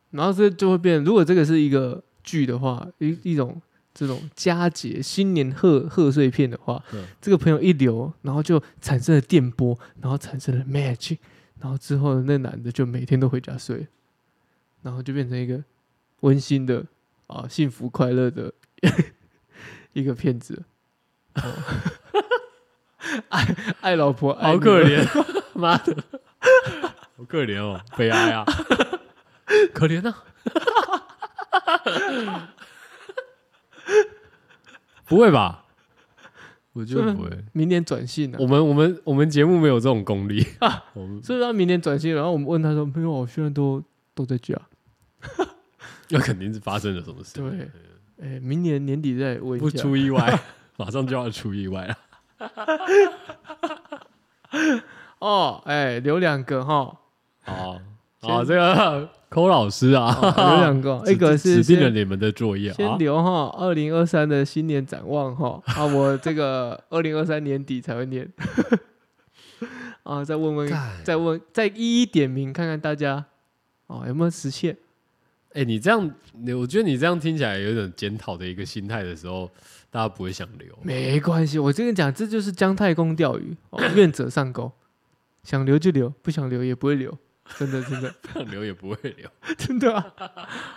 然后这就会变，如果这个是一个剧的话，一一种这种佳节新年贺贺岁片的话嗯，这个朋友一留，然后就产生了电波，然后产生了 magic，然后之后那男的就每天都回家睡，然后就变成一个温馨的啊幸福快乐的 一个骗子。哦 爱爱老婆，爱哎好女可儿，怜， 妈的，好可怜哦，悲哀啊， 可怜啊。 不会吧？我觉得不会。明年转性啊我！们我们我们节目没有这种功力 啊。我们所以他明年转型，然后我们问他说：“没有，啊我现在都都在家。那肯定是发生了什么”事，对，哎，明年年底再问一不下。出意外， 马上就要出意 外了。哦，哎，留两个哈。哦，啊，这个抠老师 啊，哦有两个，指一个指是定了先你们的作业啊先，留哈，二零二三的新年展望哈，啊，我这个 二零二三年底才会念， 啊，再问问，干再问，再一一点名看看大家哦有没有实现，哎、你这样，你我觉得你这样听起来有点检讨的一个心态的时候，大家不会想留。没关系，我这跟你讲，这就是姜太公钓鱼，哦、愿者上钩，想留就留，不想留也不会留，真的真的想 留也不会 留，真的啊，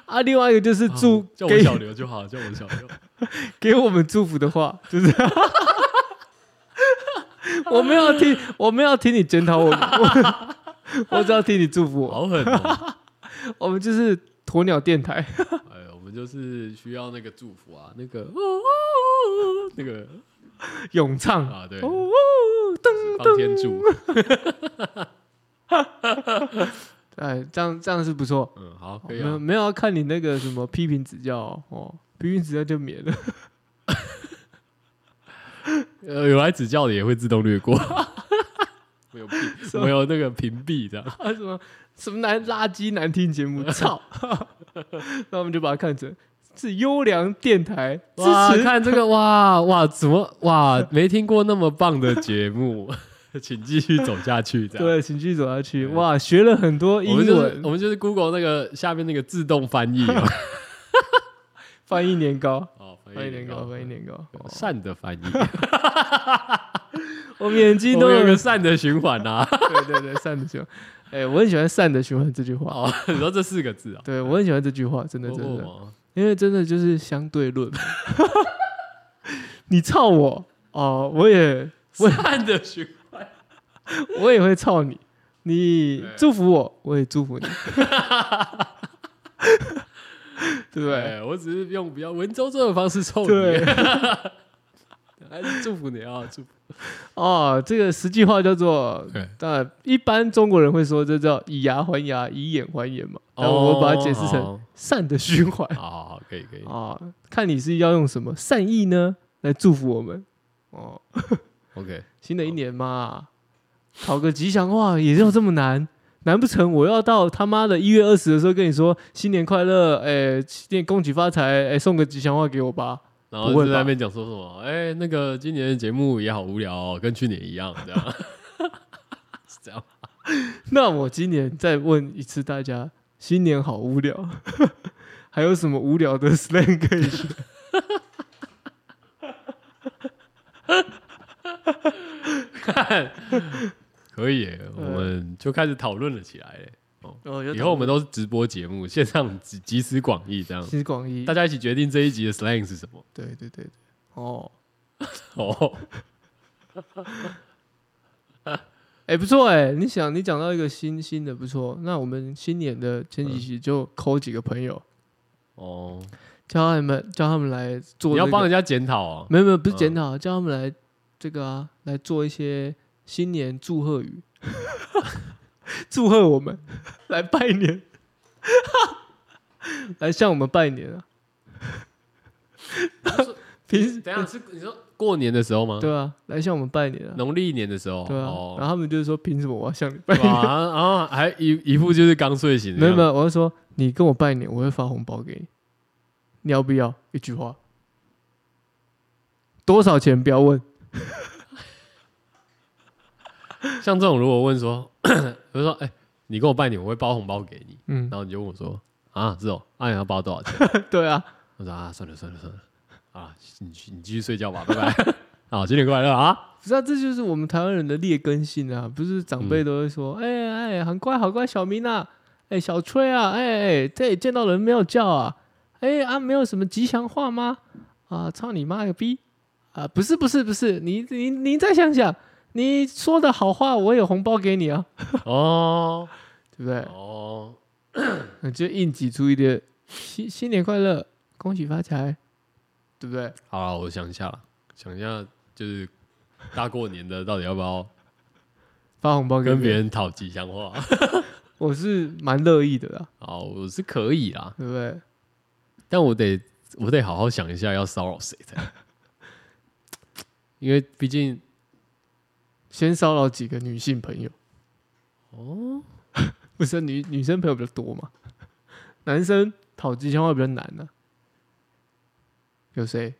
啊，另外一个就是祝、啊叫我给小刘就好，叫我小刘。 给我们祝福的话，就是 我没有听，我没有听你检讨我， 我我只要听你祝福我。好狠哦！我们就是鸵鸟电台，哎，我们就是需要那个祝福啊，那个那个咏唱啊，对，哦，帮天助，哎，这样这样是不错。嗯，好，可没以有啊。没有要看你那个什么批评指教哦，哦批评指教就免了。 呃，有来指教的也会自动略 过， 没有屏，没有那个屏蔽这样。啊什么什么难垃圾难听节目， 操！那我们就把它看成是优良电台支哇，持。看这个，哇哇，怎么哇，没听过那么棒的节 目，请继续走下去这样。对，请继续走下去。对哇，学了很多我英们就是文我们就是 Google 那个下面那个自动翻 译啊，翻译年糕，哦，翻译年糕，翻译年糕。糕善的 翻译，我们眼睛我都们有有个善的循环 啊。 对对对，善的循环。哎，我很喜欢“善的循环”这句话。哦，你说这四个字啊？对我很喜欢这句话，真的哦真哦的，哦因为真的就是相对论 嘛。你操我哦，我也善的循环，我也会操你，你对祝福我，我也祝 福你，对不对？对哎我只是用比较文绉绉的方式凑你，对， 还是祝福你啊，祝福。哦，这个实际话叫做，对，当然一般中国人会说这叫以牙还牙，以眼还眼嘛，然后我会把它解释成哦，善的循环好好好，可以可以。啊，看你是要用什么善意呢来祝福我们哦。 OK，新的一年嘛，考个吉祥话也就这么难？难不成我要到他妈的一月二十的时候跟你说新年快乐，哎、新年恭喜发财，哎、送个吉祥话给我吧？然不后会就在那吧边讲说什么？哎，那个今年的节目也好无聊哦，跟去年一样，这样。 是这样，那我今年再问一次大家，新年好无聊， 还有什么无聊的 slang 可以学？可以耶，我们就开始讨论了起来耶。哦以后我们都是直播节目，线上集集思广益，这样其实广义大，家一起决定这一集的 slang 是什么。对对对对，哦，哦，哎、不错哎、你想你讲到一个新新的不错，那我们新年的前嗯几期就抠几个朋友，哦，叫他们叫他们来做、你这要个帮人家检讨啊。没有没有，不嗯是检讨，叫他们来这个啊，来做一些新年祝贺语， 祝贺我们 来拜年， 来向我们拜年啊。 平时等一下是你说过年的时候吗？对啊，来向我们拜年啊，农历年的时候。对啊。然哦，后他们就是说，凭什么我要向你拜哇年？然后然后还一一副就是刚睡醒没的样有子。没有，我是说你跟我拜年，我会发红包给你，你要不要？一句话，多少钱不要问，像这种如果问说， 比如说，哎，你跟我拜年，我会包红包给你。嗯然，后你就问我说，啊，是哦，啊，你要包多少钱？ 对啊，我说啊，算了算了算了，啊，你去你继续睡觉吧，拜拜。 啊，新年快乐啊！不是啊，这就是我们台湾人的劣根性啊！不是长嗯辈都会说，哎、哎、很乖好乖，小明啊，哎、小崔啊，哎、哎，这里见到人没有叫啊，哎、啊，没有什么吉祥话吗？啊，操你妈个逼！啊，不是不是不是，你你你再想想，你说的好话，我有红包给你啊，哦对不对？哦，你就硬挤出一点新新年快乐，恭喜发财，对不对？好了，我想一下了，想一下，就是大过年的，到底要不要发红包给跟别，人讨吉祥话？ 我是蛮乐意的啦，哦，我是可以啦，对不对？但我得我得好好想一下要骚扰谁才，因为毕竟先骚扰几个女性朋友。 不是女女生朋友比较多嘛，男生讨吉祥话比较难呢、有谁？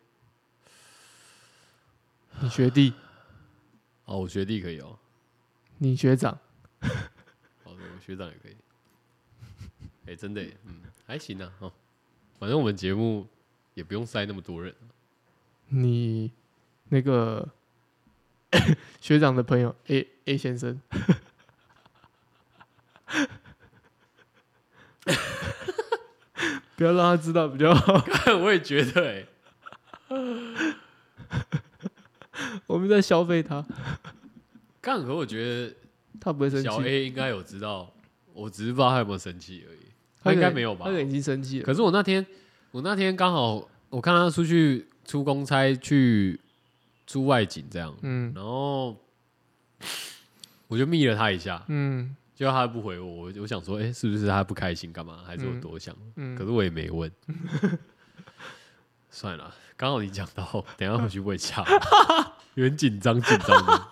你学弟、哦，我学弟可以哦，你学长，哦，对我学长也可以。哎、真的耶，嗯，还行啊，哦，反正我们节目也不用塞那么多人。你那个 学长的朋友 A A 先生， 不要让他知道比较好。 我也觉得、哎，我们在消费他，干可我觉他不会得生小气。 A 应该有知道，我只是不知道他有没有生气而已。他他应该可能没有吧他可能已经生气了。可是我那天，我那天刚好我看他出去出公差去出外景这样，嗯然后我就密了他一下，嗯结果他不回我，我我想说，哎、是不是他不开心干嘛？还是我多想？可嗯，是我也没问， 算了，刚好你讲 到，等一下回去问一下，有点紧张紧张的。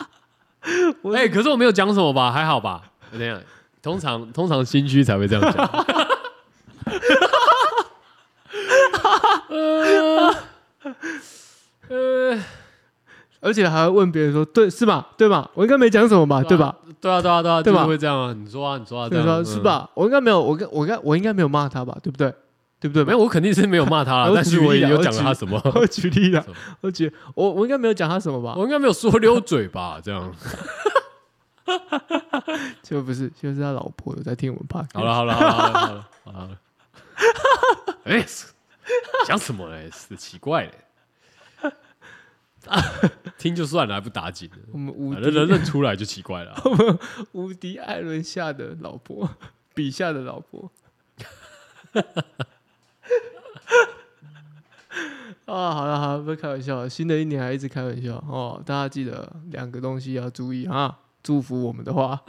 我哎、可是我没有讲什么吧？还好吧？等一下，通常通常心虚才会这样讲。 呃呃，而且还会问别人说：“对，是吧？对吧？我应该没讲什么吧？对吧？对啊，对啊，对啊，对就吧是会这样啊！你说啊，你说啊，这对样吧？嗯是吧？我应该没有，我跟我应该我应该没有骂他吧？对不对？对不对？没有，我肯定是没有骂他啦， 我但是举我例也啊有我讲了举他什么， 我举例了什么，我举我我应该没有讲他什么吧？我应该没有说溜嘴吧？这样，就不是，就是他老婆有在听我们 p o 好了，好了，好了，好了好了，好了好了。哎、是讲什么嘞？是奇怪嘞、啊听就算了，还不打紧，我们无反正人敌认出来就奇怪了啊、 无敌艾伦下的老婆，笔下的老婆。 啊，好了好了，不是开玩笑了，新的一年还一直开玩笑哦，大家记得两个东西要注意啊。祝福我们的话，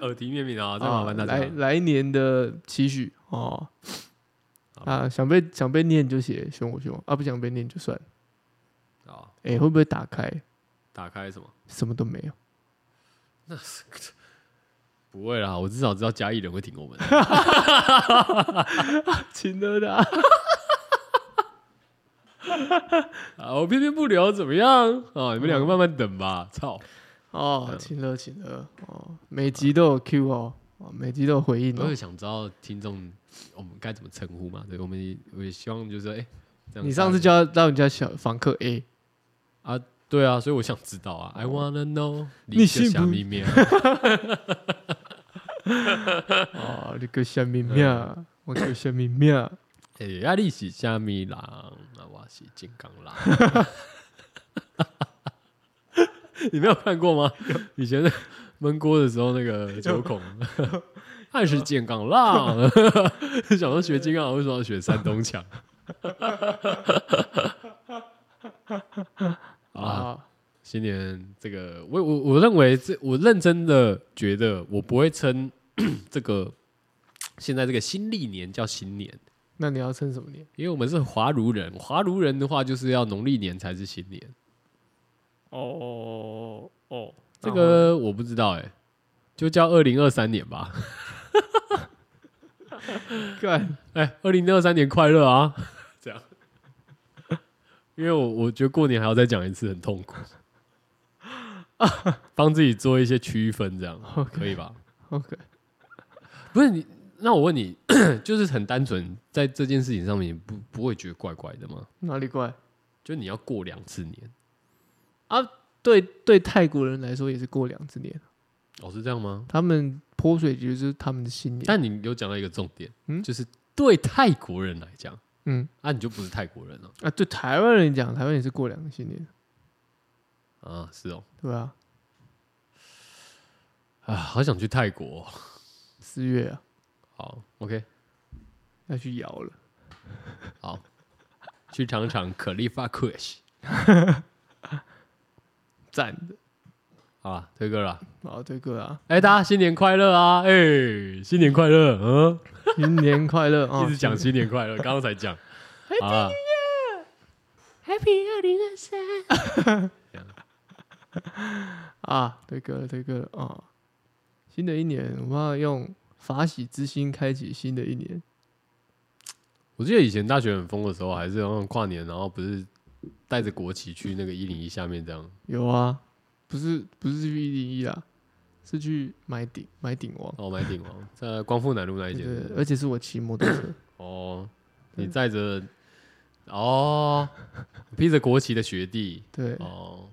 耳提面命啊，再麻烦大家。哦来来年的期许哦。啊，想被想被念就写凶我凶啊，不想被念就算了。好，哎、会不会打开？哦打开什么？什么都没有。 不会啦，我至少知道嘉义人会挺我们的。 亲了的啊，啊，我偏偏不聊，怎么样？啊，你们两个慢慢等吧。操！哦，亲了亲了哦，每集都有 Q 哦，哦每集都有回应我哦也。想知道听众我们该怎么称呼嘛？对，我们也我也希望就是哎、这样你上次大家叫到人家小访客 A，对啊，所以我想知道啊，I wanna know 你信小不秘密啊。 哦， 你个虾米面，啊我个虾米面，诶、啊，你是虾米人？啊，我是金刚狼。啊 你没有看过吗？以前在焖锅的时候，那个九 孔，还是金刚狼。 想说学金刚狼，为什么要学山东腔？啊， 啊，新年这个，我我我认为这，我认真的觉得，我不会称 这个现在这个新历年叫新年。那你要称什么年？因为我们是华奴人，华奴人的话就是要农历年才是新年，哦哦，这个我不知道哎、就叫二零二三年吧。 干哎，二零二三年快乐啊！ 这样，因为我我觉得过年还要再讲一次，很痛 苦，帮自己做一些区分，这样 OK 可以吧？ OK，不是你，那我问你， 就是很单纯，在这件事情上面，你不不会觉得怪怪的吗？哪里怪？就你要过两次年，对对，泰国人来说也是过两次年，哦，是这样吗？他们泼水节就是他们的新年。但你有讲到一个重点，嗯就是对泰国人来讲，嗯啊，你就不是泰国人了啊，对台湾人讲，台湾也是过两个新年，啊，是哦，对吧、啊，好想去泰国哦、四月啊，好，OK，要去摇了。好，去尝尝可丽发 Kush，赞的。好啦，啊推歌啦，好，推歌啊，哎、大家新年快乐啊，哎、新年快乐，嗯，新年快乐啊！一直讲新年快乐，刚刚才 讲，啊好啦， Happy 二零二三。啊，推歌了，推歌了啊！新的一年，我们要用法喜之心，开启新的一年。我记得以前大学很疯的时候，还是好像跨年，然后不是带着国旗去那个一零一下面这样。有啊，不是不是去一零一啦，是去买鼎买鼎王。哦，买顶王在光复南路那一对间。对，对而且是我骑摩托 车，哦，你嗯载着哦，披着国旗的学弟对，哦，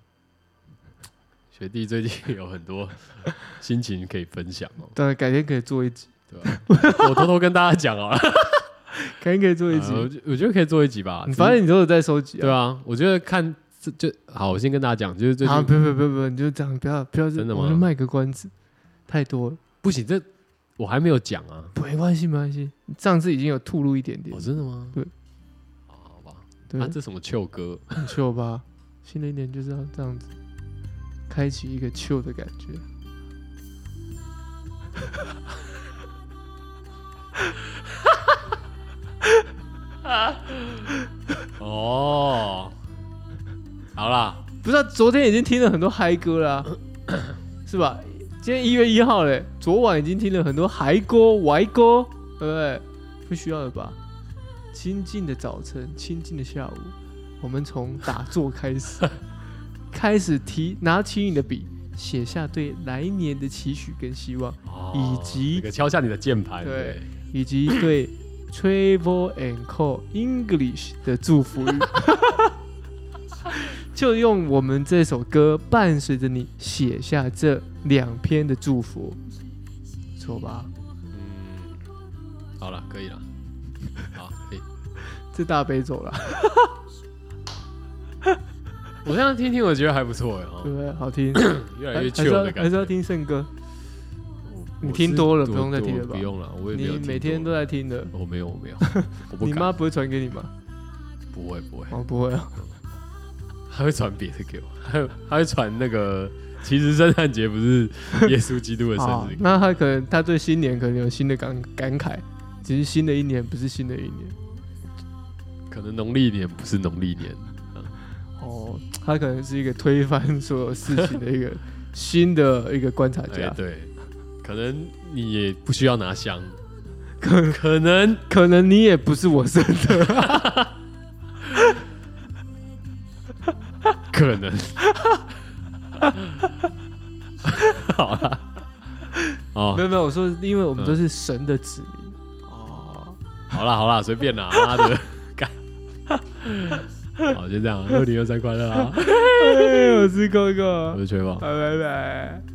学弟最近有很多心情可以分享哦，当然改天可以做一集，对吧、我偷偷跟大家讲啊，改天可以做一集。呃我觉我觉得可以做一集吧，你只是反正你都有在收集呃对啊。啊，我觉得看这就好，我先跟大家讲，就是最近、啊，不不不不，你就这样，不要不要，真的我吗就卖个关子，太多了，不行，这我还没有讲啊，没关系没关系，上次已经有吐露一点点哦，，真的吗？对啊，好吧，对啊，，这什么旧 歌？很秀吧？新的一年就是要这样子，开启一个秀的感觉。哦，好啦，不是、啊，昨天已经听了很多嗨歌啦、是吧？今天一月一号嘞，昨晚已经听了很多嗨歌、歪歌，对不对？不需要了吧？清静的早晨，清静的下午，我们从打坐开始， 开始提拿起你的笔，写下对来年的期许跟希望，哦以及那个敲下你的键盘，对对。以及对 Travel and Call English 的祝福语。 就用我们这首歌伴随着你写下这两篇的祝福，不错吧？嗯，好了，可以 了，好，可以。这大悲走了，我现在听听，我觉得还不错哎，对哦不对？好听，越来还越嗯还 chill 是要的感觉。还是要听圣歌，我，你我听是多了我不用再我听了吧不用了，我也没有你听每天多都在听的，我没有，我没 有，我不你妈敢，不会传给你吗？不会不会，哦，不会啊，还会传别的给我， 还有还会传那个，其实圣诞节不是耶稣基督的生好日，，哦那他可能他对新年可能有新的感感慨，只是新的一年不是新的一年。可能农历年不是农历年，哦，他可能是一个推翻所有事情的一个新的一个观察哎家，对，可能你也不需要拿香，可可能可能你也不是我生的，可能。好了，没哦，有没有，我说因为我们都是神的子民。哦，好啦好啦，随便啦，妈的，干。好，就这样，二零二三快乐啊！哎我是哥哥我，是崔宝，拜拜拜。